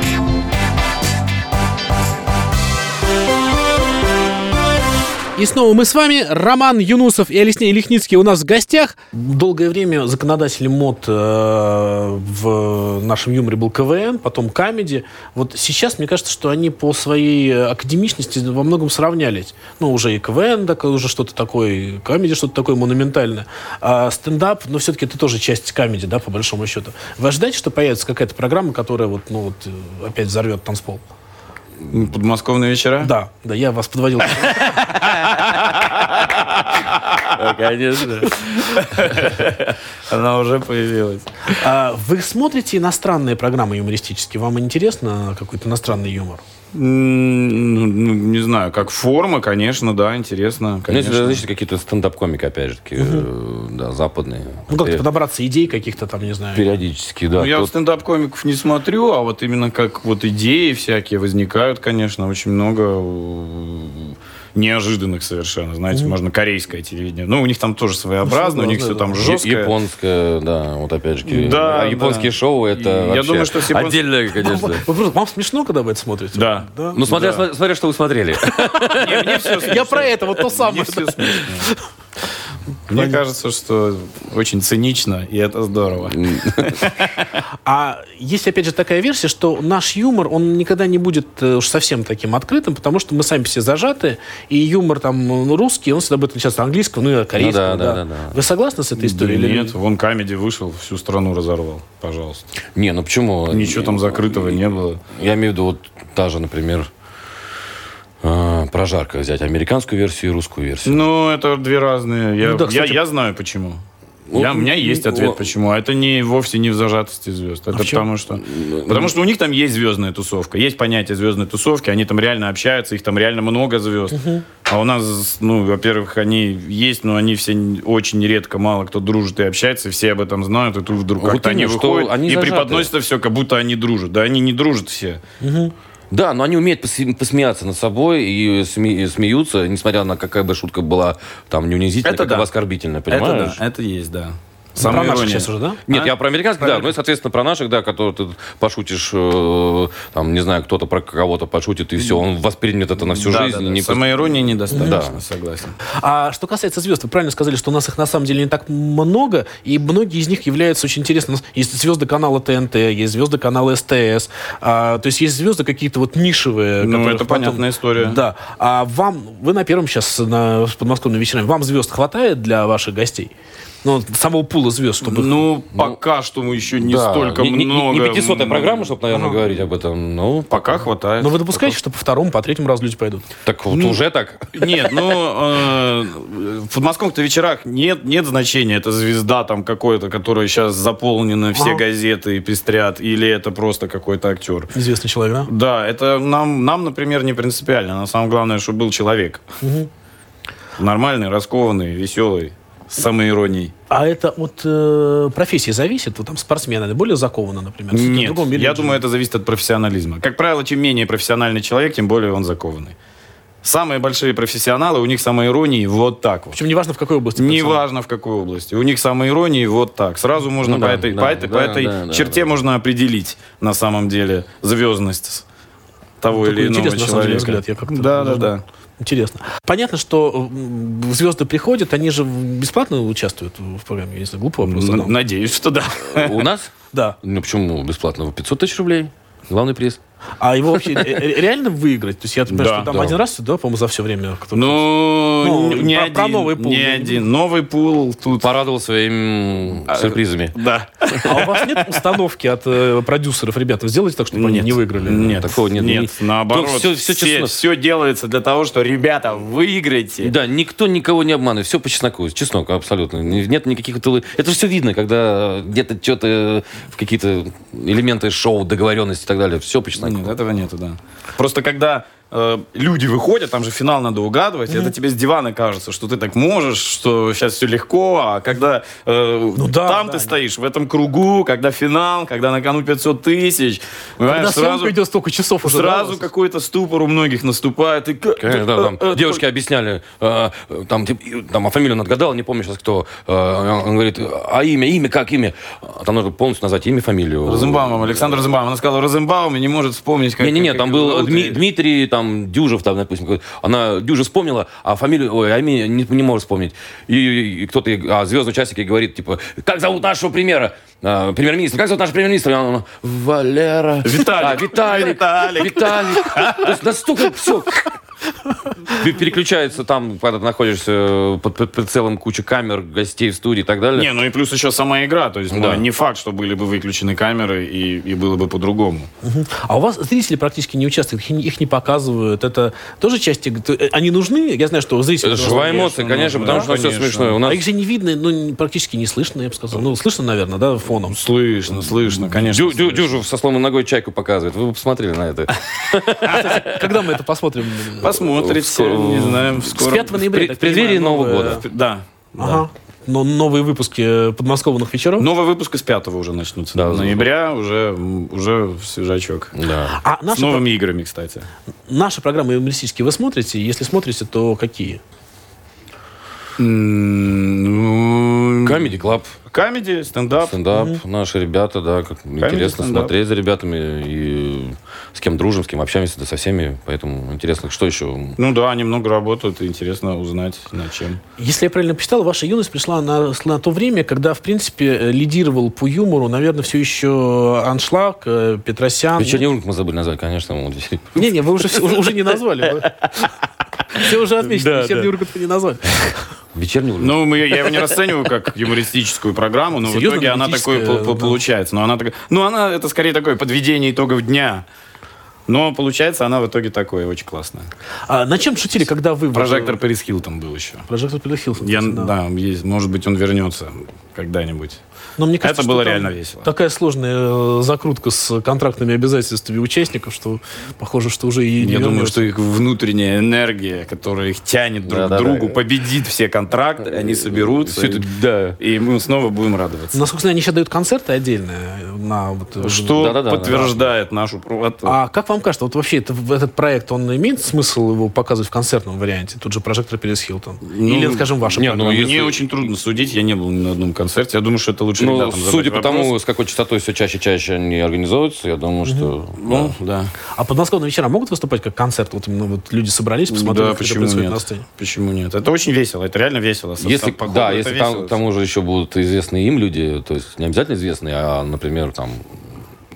Speaker 2: И снова мы с вами. Роман Юнусов и Алексей Лихницкий у нас в гостях. Долгое время законодателем мод э, в нашем юморе был КВН, потом Камеди. Вот сейчас, мне кажется, что они по своей академичности во многом сравнялись. Ну, уже и КВН, так, уже что-то такое, и Камеди что-то такое монументальное. А стендап, но все-таки это тоже часть Камеди, да, по большому счету. Вы ожидаете, что появится какая-то программа, которая вот, ну, вот, э, опять взорвет танцпол?
Speaker 4: Подмосковные вечера?
Speaker 2: Да, да, я вас подводил.
Speaker 4: Конечно. Она уже появилась.
Speaker 2: А вы смотрите иностранные программы юмористические? Вам интересно какой-то иностранный юмор?
Speaker 4: М, Ну, ну, не знаю, как форма, конечно, да, интересно.
Speaker 3: Ну, если
Speaker 4: Конечно.
Speaker 3: различные какие-то стендап-комики, опять же, таки, э, да, западные.
Speaker 2: Ну, как-то
Speaker 4: Э,
Speaker 3: Пе-
Speaker 2: подобраться идей каких-то там, не знаю.
Speaker 3: Периодически, да.
Speaker 4: Ну, я
Speaker 3: Тот-
Speaker 4: стендап-комиков не смотрю, а вот именно как вот идеи всякие возникают, конечно, очень много э, неожиданных совершенно. Знаете, можно корейское телевидение. Ну, у них там тоже своеобразно, у них все там
Speaker 3: Я-
Speaker 4: жесткое.
Speaker 3: Японское, да, вот опять же. таки,
Speaker 4: Да,
Speaker 3: а Японские
Speaker 4: да.
Speaker 3: шоу это
Speaker 4: Я
Speaker 3: вообще
Speaker 4: думаю, что с японс- Ну,
Speaker 3: отдельное, конечно.
Speaker 2: Вы просто- вам смешно, когда вы это смотрите?
Speaker 4: Да.
Speaker 3: Ну, смотря, смотря, смотря, что вы смотрели.
Speaker 4: Не, мне всё
Speaker 2: Я
Speaker 4: смешно.
Speaker 2: про это, вот то
Speaker 4: Мне
Speaker 2: самое.
Speaker 4: всё смешно. Мне кажется, что очень цинично, и это здорово.
Speaker 2: А есть, опять же, такая версия, что наш юмор, он никогда не будет э, уж совсем таким открытым, потому что мы сами все зажаты, и юмор там ну, русский, он всегда будет отличаться от английского, ну и от корейского.
Speaker 3: да, да, да, да.
Speaker 2: Вы согласны с этой историей?
Speaker 4: Да
Speaker 2: или
Speaker 4: Нет, вон камеди вышел, всю страну разорвал, пожалуйста.
Speaker 3: Не, ну почему?
Speaker 4: Ничего там закрытого не было.
Speaker 3: Я имею в виду, вот та же, например, э, прожарка взять. Американскую версию и русскую версию.
Speaker 4: Ну, это две разные. Я,
Speaker 2: Ну да, кстати-
Speaker 4: я, я знаю почему.
Speaker 3: Ну,
Speaker 4: Я- у меня есть
Speaker 3: ну,
Speaker 4: ответ,
Speaker 3: о-
Speaker 4: почему. А это не вовсе не в зажатости звезд. Это
Speaker 2: А в Ну, чем?
Speaker 4: потому что. Потому что у них там есть звездная тусовка. Есть понятие звездной тусовки. Они там реально общаются, их там реально много звезд. А у нас, ну, во-первых, они есть, но они все н- очень редко, мало кто дружит и общается, и все об этом знают, и тут
Speaker 2: А
Speaker 4: вдруг
Speaker 3: Вот
Speaker 4: как-то они
Speaker 3: именно, что
Speaker 4: выходят
Speaker 3: они
Speaker 4: и
Speaker 3: зажаты.
Speaker 4: преподносят это все, как будто они дружат. Да они не дружат все.
Speaker 3: Да, но они умеют посе- посмеяться над собой и сме- и смеются, несмотря на какая бы шутка была там не унизительная,
Speaker 4: Это
Speaker 3: какая
Speaker 4: да.
Speaker 3: бы оскорбительная, понимаешь?
Speaker 4: это есть, да.
Speaker 2: Про
Speaker 4: Самая
Speaker 2: наших
Speaker 4: ирония.
Speaker 2: сейчас уже, да?
Speaker 3: Нет,
Speaker 4: А?
Speaker 3: я про американских, да. Ну и, соответственно, про наших, да, которые ты пошутишь, э, там, не знаю, кто-то про кого-то пошутит, и все, он воспримет это на всю
Speaker 4: Да,
Speaker 3: жизнь.
Speaker 4: да,
Speaker 3: и
Speaker 4: да.
Speaker 3: не
Speaker 4: Самоиронии недостаточно,
Speaker 3: Да.
Speaker 4: согласен.
Speaker 2: А что касается звезд, вы правильно сказали, что у нас их на самом деле не так много, и многие из них являются очень интересными. У нас Есть звезды канала ТНТ, есть звезды канала СТС, а, то есть есть звезды какие-то вот нишевые.
Speaker 4: Ну,
Speaker 2: которых
Speaker 4: это понятная история.
Speaker 2: Да. А вам, вы на первом сейчас на, с подмосковными вечерами, вам звезд хватает для ваших гостей? Ну, вот самого пула звезд, чтобы... их-
Speaker 4: Ну, пока что мы еще не
Speaker 3: Да,
Speaker 4: столько
Speaker 3: не, не-
Speaker 4: много.
Speaker 3: Не, 500 программа, чтобы, наверное, говорить об этом. Ну,
Speaker 4: Пока хватает.
Speaker 2: Но вы допускаете, что по второму, по третьему разу люди пойдут?
Speaker 3: так
Speaker 4: Ну.
Speaker 3: вот уже так.
Speaker 4: Нет, ну, э, в подмосковных-то вечерах нет, нет значения, это звезда там какой-то, которая сейчас заполнена, все
Speaker 2: Ага.
Speaker 4: газеты и пестрят, или это просто какой-то актер.
Speaker 2: Известный человек, да?
Speaker 4: Да, это нам, нам, например, не принципиально. Но самое главное, что был человек. Нормальный, раскованный, веселый, с самоиронией.
Speaker 2: А это от э, профессии зависит? Вот там спортсмены они более закованы, например? всё-таки в
Speaker 4: Нет,
Speaker 2: другом мире
Speaker 4: я
Speaker 2: люди
Speaker 4: думаю, это зависит от профессионализма. Как правило, чем менее профессиональный человек, тем более он закованный. Самые большие профессионалы, у них самоиронии вот так вот.
Speaker 2: Причем неважно, в какой области. профессионал.
Speaker 4: Неважно в какой области. У них самоиронии вот так. Сразу можно
Speaker 3: Ну
Speaker 4: по
Speaker 3: да,
Speaker 4: этой,
Speaker 3: да,
Speaker 4: по этой,
Speaker 3: да,
Speaker 4: по этой
Speaker 3: да, да,
Speaker 4: черте
Speaker 3: да.
Speaker 4: можно определить на самом деле звездность с- того
Speaker 2: Такой
Speaker 4: или иного
Speaker 2: интересный, на самом деле,
Speaker 4: человека.
Speaker 2: взгляд. Я как-то
Speaker 4: да, да,
Speaker 2: даже-
Speaker 4: да.
Speaker 2: Интересно. Понятно, что м, звезды приходят, они же бесплатно участвуют в программе, если глупо вопрос
Speaker 4: Н-
Speaker 2: задал.
Speaker 4: Надеюсь, что да.
Speaker 3: У нас?
Speaker 2: Да.
Speaker 3: Ну, почему бесплатно? 500 тысяч рублей. Главный приз.
Speaker 2: А его вообще ре- ре- реально выиграть? То есть я понимаю,
Speaker 4: Да,
Speaker 2: что там
Speaker 3: да.
Speaker 2: один раз, да, по-моему, за все время. кто- Ну,
Speaker 4: Ну, не
Speaker 2: про-
Speaker 4: один.
Speaker 2: про новый пул.
Speaker 4: Не один. Новый пул тут...
Speaker 3: Порадовал своими м, сюрпризами.
Speaker 4: Да.
Speaker 2: А у вас нет установки от э, продюсеров, ребята, сделайте так, чтобы они
Speaker 4: Нет.
Speaker 2: не выиграли?
Speaker 4: Нет,
Speaker 3: Такого нет.
Speaker 4: Нет, наоборот.
Speaker 3: Все, все честно.
Speaker 4: все делается для того, что, ребята, выиграйте.
Speaker 3: Да, никто никого не обманывает. Все по чесноку. Чеснок, абсолютно. Ни- Нет никаких тылы. Это все видно, когда э, где-то что-то в какие-то элементы шоу, договоренности и так далее. Все по чесноку.
Speaker 4: Нет, этого нету, да. Просто когда э, люди выходят, там же финал надо угадывать, это тебе с дивана кажется, что ты так можешь, что сейчас все легко, а когда э,
Speaker 2: да,
Speaker 4: там
Speaker 2: да,
Speaker 4: ты
Speaker 2: да.
Speaker 4: стоишь, в этом кругу, когда финал, когда на кону 500 тысяч, понимаешь,
Speaker 2: Когда съемка
Speaker 4: сразу,
Speaker 2: идет столько часов уже. да, у
Speaker 4: сразу
Speaker 2: вас?
Speaker 4: какой-то ступор у многих наступает. И, к-
Speaker 3: Конечно, да, там
Speaker 4: э, э,
Speaker 3: девушки объясняли, э, э, там, тип- и- там, а фамилию он отгадал, не помню сейчас кто. Э, Он говорит, а имя, имя, как имя? А Там нужно полностью назвать имя, фамилию.
Speaker 4: Розенбаум, Александр Розенбаум. Она сказала, Розенбаум и не может вспомнить, как...
Speaker 3: Не-не-не,
Speaker 4: как-
Speaker 3: там
Speaker 4: как
Speaker 3: был
Speaker 4: зовут,
Speaker 3: Дми-
Speaker 4: и-
Speaker 3: Дмитрий, там, Дюжев, там, допустим, какой- она Дюжев вспомнила, а фамилию, ой, а имя не, не может вспомнить. И, и кто-то, ей- а звездный участник ей говорит, типа, как зовут нашего премьера? А, премьер-министра, как зовут нашего премьер-министра? И она, она, Валера.
Speaker 4: Виталик.
Speaker 3: А, Виталик.
Speaker 4: Виталик.
Speaker 3: Виталик. То есть настолько все переключается там, когда ты находишься э, под, под прицелом куча камер, гостей в студии и так далее.
Speaker 4: Не, ну и плюс еще сама игра. То есть ну,
Speaker 3: Да.
Speaker 4: не факт, что были бы выключены камеры и, и было бы по-другому.
Speaker 2: А у вас зрители практически не участвуют, их, не- их не показывают. Это тоже часть... иг- то- э, Они нужны? Я знаю, что зрители...
Speaker 3: Это живая
Speaker 4: ну, Конечно,
Speaker 3: эмоция, конечно,
Speaker 4: ну,
Speaker 3: потому
Speaker 4: да,
Speaker 3: что все
Speaker 4: конечно.
Speaker 3: смешное. У
Speaker 2: А
Speaker 3: нас
Speaker 2: их же не видно, ну, не- практически не слышно, я бы сказал. Ну, слышно, наверное, да, фоном.
Speaker 4: Слышно, слышно, конечно.
Speaker 3: Дю- Дю- Дюжев со сломанной ногой чайку показывает. Вы бы посмотрели на это.
Speaker 2: Когда мы это посмотрим?
Speaker 4: Посмотрите,
Speaker 3: Скоро-
Speaker 4: не знаю,
Speaker 2: С 5
Speaker 4: скоро.
Speaker 2: ноября.
Speaker 3: При-
Speaker 2: так
Speaker 3: в преддверии
Speaker 2: понимаю,
Speaker 3: Нового
Speaker 2: новое-
Speaker 3: года.
Speaker 4: Да.
Speaker 2: Ага. Но новые выпуски э, подмосковных вечеров.
Speaker 4: Новый выпуск из пятого уже начнутся.
Speaker 3: Да,
Speaker 4: Ноября уже, уже свежачок.
Speaker 3: Да.
Speaker 2: А
Speaker 4: С
Speaker 2: наши,
Speaker 4: новыми играми, кстати.
Speaker 2: наши программы юмористические вы смотрите? Если смотрите, то какие?
Speaker 4: Камеди.
Speaker 3: Comedy Club,
Speaker 4: Камеди, ну, стендап.
Speaker 3: стендап, наши ребята, да, как интересно
Speaker 4: стендап.
Speaker 3: смотреть за ребятами и с кем дружим, с кем общаемся, да со всеми, поэтому интересно, что еще?
Speaker 4: Ну да, они много работают, и интересно узнать, над чем.
Speaker 2: Если я правильно посчитал, ваша юность пришла на, на то время, когда, в принципе, э, лидировал по юмору, наверное, все еще Аншлаг, э, Петросян.
Speaker 3: Вечерний Ургант мы забыли назвать, конечно, мы вот-
Speaker 2: Не-не, вы уже, все- уже не назвали. Вы- Все уже отмечено,
Speaker 4: Да,
Speaker 2: вечерний
Speaker 4: да.
Speaker 2: Ургант вы не назвали.
Speaker 3: Вечерний Ургант.
Speaker 4: Ну, мы, я его не расцениваю как юмористическую программу, но
Speaker 2: Серьезно,
Speaker 4: в итоге она такой
Speaker 2: аналитическая,
Speaker 4: пол- пол-
Speaker 2: да.
Speaker 4: получается. Но она, такая- ну, она это скорее такое подведение итогов дня. Но получается она в итоге такое, очень классная.
Speaker 2: А на чем шутили, когда вы...
Speaker 4: Прожектор Пэрис Хилтон был еще.
Speaker 2: Прожектор Пэрис Хилтон,
Speaker 4: Я,
Speaker 2: да.
Speaker 4: да, есть, может быть, он вернется когда-нибудь.
Speaker 2: Но мне
Speaker 4: Это
Speaker 2: что
Speaker 4: было
Speaker 2: там
Speaker 4: реально весело.
Speaker 2: Такая сложная э, закрутка с контрактными обязательствами участников, что похоже, что уже и не
Speaker 4: Я думаю,
Speaker 2: вернется.
Speaker 4: что их внутрняя энергия, которая их тянет друг к
Speaker 3: Да-да-да. Э,
Speaker 4: другу, победит все контракты, они соберутся.
Speaker 3: Всё это-
Speaker 4: и-
Speaker 3: да.
Speaker 4: И мы снова будем радоваться.
Speaker 2: Насколько я знаю, они сейчас дают концерты отдельно. э, На вот, э,
Speaker 4: Что
Speaker 3: Да-да-да,
Speaker 4: подтверждает нашу правоту.
Speaker 2: А как вам кажется, вот вообще это- этот проект, он имеет смысл его показывать в концертном варианте? Тут же прожектор Перес Хилтон.
Speaker 4: Ну,
Speaker 2: Или, скажем, ваша
Speaker 3: не,
Speaker 2: программа?
Speaker 3: ну,
Speaker 4: Мне
Speaker 3: если-
Speaker 4: очень трудно судить, я не был ни на одном концерте. Я думаю, что это лучше
Speaker 3: Ну,
Speaker 4: ребятам задать
Speaker 3: судя по тому,
Speaker 4: вопрос.
Speaker 3: с какой частотой все чаще и чаще они организовываются, я думаю, что...
Speaker 4: Ну, да.
Speaker 2: А подмосковные вечера могут выступать как концерт? Вот именно вот люди собрались, посмотрели,
Speaker 4: Да,
Speaker 2: как это
Speaker 4: почему
Speaker 2: происходит на
Speaker 4: нет?
Speaker 2: сцене.
Speaker 4: Почему нет? Это очень весело, это реально весело. Со-
Speaker 3: Если,
Speaker 4: со- по ходу
Speaker 3: да,
Speaker 4: это
Speaker 3: если там,
Speaker 4: весело.
Speaker 3: к тому же еще будут известные им люди, то есть не обязательно известные, а, например, там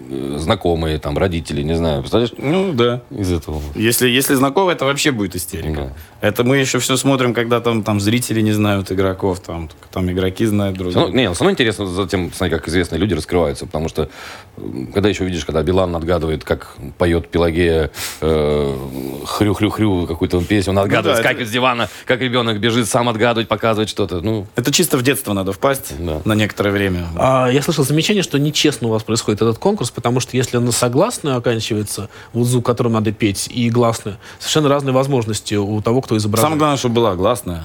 Speaker 3: э, знакомые, там родители, не знаю, представляешь,
Speaker 4: Ну, да.
Speaker 3: из этого.
Speaker 4: Если, если знакомо, это вообще будет истерика. Это мы еще все смотрим, когда там, там зрители не знают игроков, там, там игроки знают друг
Speaker 3: Всё равно-
Speaker 4: друга.
Speaker 3: не, все равно интересно затем смотреть, как известные люди раскрываются, потому что м, когда еще видишь, когда Билан отгадывает, как поет Пелагея э, хрю-хрю-хрю какую-то песню, он отгадывает,
Speaker 4: Ну да, это-
Speaker 3: скакивает с дивана, как ребенок бежит сам отгадывать, показывать что-то. Ну,
Speaker 4: Это чисто в детство надо впасть
Speaker 3: Да.
Speaker 4: на некоторое время.
Speaker 2: А, я слышал замечание, что нечестно у вас происходит этот конкурс, потому что если на согласную оканчивается, вот звук, которым надо петь, и гласную, совершенно разные возможности у того, кто изображает.
Speaker 4: Самое главное, чтобы была гласная.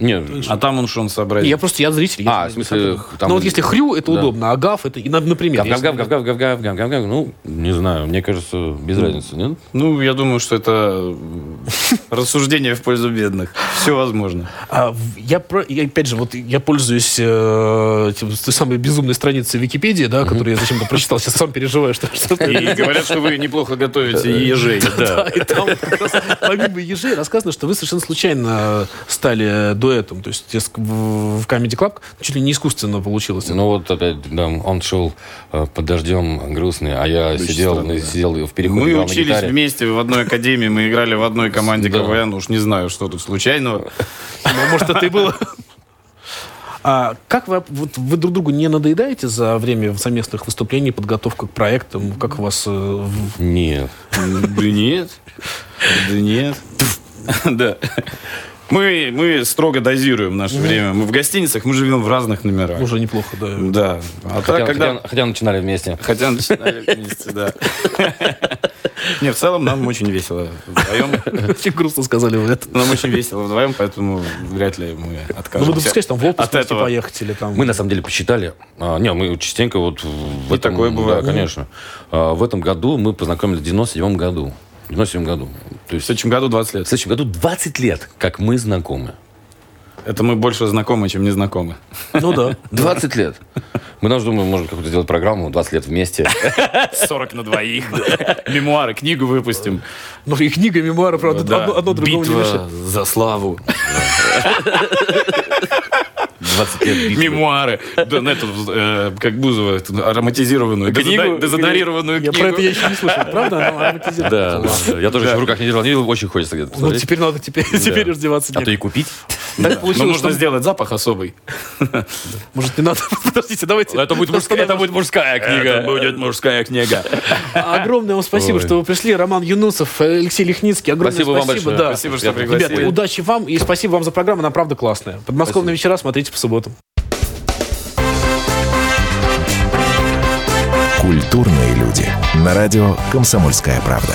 Speaker 3: Нет.
Speaker 4: А там он что он сообразил?
Speaker 2: Я просто, я зритель. я
Speaker 3: А,
Speaker 2: не
Speaker 3: в смысле,
Speaker 2: смотрю.
Speaker 3: там-
Speaker 2: Ну вот если хрю, это
Speaker 3: Да.
Speaker 2: удобно, а гав, это, и, на- например.
Speaker 3: Гав,
Speaker 2: если-
Speaker 3: гав, гав, гав, гав, гав, гав, гав, гав. Ну, не знаю, мне кажется, без разницы, нет?
Speaker 4: Ну, я думаю, что это э, рассуждение в пользу бедных. Все возможно.
Speaker 2: А, в- я, про, я, опять же, вот я пользуюсь э, этим- той самой безумной страницей Википедии, да, которую я зачем-то прочитал, сейчас сам переживаю, что... что-
Speaker 4: И говорят, что вы неплохо готовите
Speaker 3: Э,
Speaker 4: ежей.
Speaker 2: Да, и там как раз помимо ежей рассказано, что вы совершенно случайно э, стали дуэтом. То есть эск- в в Comedy Club чуть ли не искусственно получилось.
Speaker 3: Ну вот опять, да, он шел э, под дождем грустный, а я сидел,
Speaker 4: странно, да.
Speaker 3: сидел в переходе
Speaker 4: Мы
Speaker 3: играл на
Speaker 4: учились
Speaker 3: гитаре.
Speaker 4: вместе в одной академии, мы играли в одной команде
Speaker 3: Да.
Speaker 4: КВН, уж не знаю, что тут случайного.
Speaker 2: Ну, Может, это и было. А как вы, об- вот вы друг другу не надоедаете за время совместных выступлений, подготовка к проектам? Как у вас... э, в-
Speaker 3: Нет.
Speaker 4: Да нет. Да нет. Да. Мы, мы строго дозируем наше время. Мы в гостиницах, мы живем в разных номерах.
Speaker 2: Уже неплохо, да.
Speaker 4: Да.
Speaker 3: Хотя,
Speaker 4: А так, когда...
Speaker 3: хотя- хотя начинали вместе.
Speaker 4: Хотя начинали вместе, да. Не, в целом нам очень весело вдвоем.
Speaker 2: Очень грустно сказали вы это.
Speaker 4: Нам очень весело вдвоем, поэтому вряд ли мы
Speaker 2: Ну, вы
Speaker 4: откажемся.
Speaker 2: допускаете, там в отпуск
Speaker 4: От
Speaker 2: вместе
Speaker 4: этого.
Speaker 2: поехать или там...
Speaker 3: Мы на самом деле посчитали. А, не, мы частенько вот в
Speaker 4: И
Speaker 3: этом-
Speaker 4: такое бывает.
Speaker 3: Да, конечно. А, в этом году мы познакомились в 97 году. В 97 году. То
Speaker 4: В
Speaker 3: есть
Speaker 4: следующем году 20
Speaker 3: в
Speaker 4: лет.
Speaker 3: следующем году 20 лет, как мы знакомы.
Speaker 4: Это мы больше знакомы, чем не знакомы.
Speaker 2: Ну да.
Speaker 3: 20 лет. Мы даже думаем, можем какую-то сделать программу 20 лет вместе.
Speaker 4: 40 на двоих. Мемуары, книгу выпустим.
Speaker 2: Ну и книга, мемуары, правда,
Speaker 4: Да.
Speaker 2: одно, одно другому не
Speaker 4: Битва
Speaker 2: мешает.
Speaker 4: Э, за славу.
Speaker 3: 20 лет битвы.
Speaker 4: Мемуары. Да, на эту, э, как Бузова, эту ароматизированную
Speaker 3: Книгу?
Speaker 4: книгу. Дезодорированную
Speaker 2: Я
Speaker 4: книгу.
Speaker 2: про это я еще не слышал, правда? Она ароматизирована.
Speaker 3: Да,
Speaker 2: Ладно.
Speaker 3: да. я тоже еще в руках не держал. Мне очень хочется где-то
Speaker 2: Ну,
Speaker 4: типа,
Speaker 3: посмотреть.
Speaker 2: теперь надо теперь, теперь раздеваться.
Speaker 3: А то
Speaker 2: негде.
Speaker 3: и купить.
Speaker 2: Так
Speaker 4: Но
Speaker 2: получилось,
Speaker 4: нужно
Speaker 2: что-
Speaker 4: сделать запах особый.
Speaker 2: Может, не надо? Подождите, давайте.
Speaker 3: мужская
Speaker 4: будет мужская книга.
Speaker 2: Огромное вам спасибо,
Speaker 3: Ой.
Speaker 2: что вы пришли. Роман Юнусов, э, Алексей Лихницкий. Огромное
Speaker 3: Спасибо
Speaker 2: спасибо.
Speaker 3: вам большое.
Speaker 2: да.
Speaker 4: Спасибо, что
Speaker 2: Ребята,
Speaker 4: пригласили.
Speaker 2: удачи вам и спасибо вам за программу. Она правда классная. Подмосковные вечера смотрите по субботам.
Speaker 1: Культурные люди. На радио «Комсомольская правда».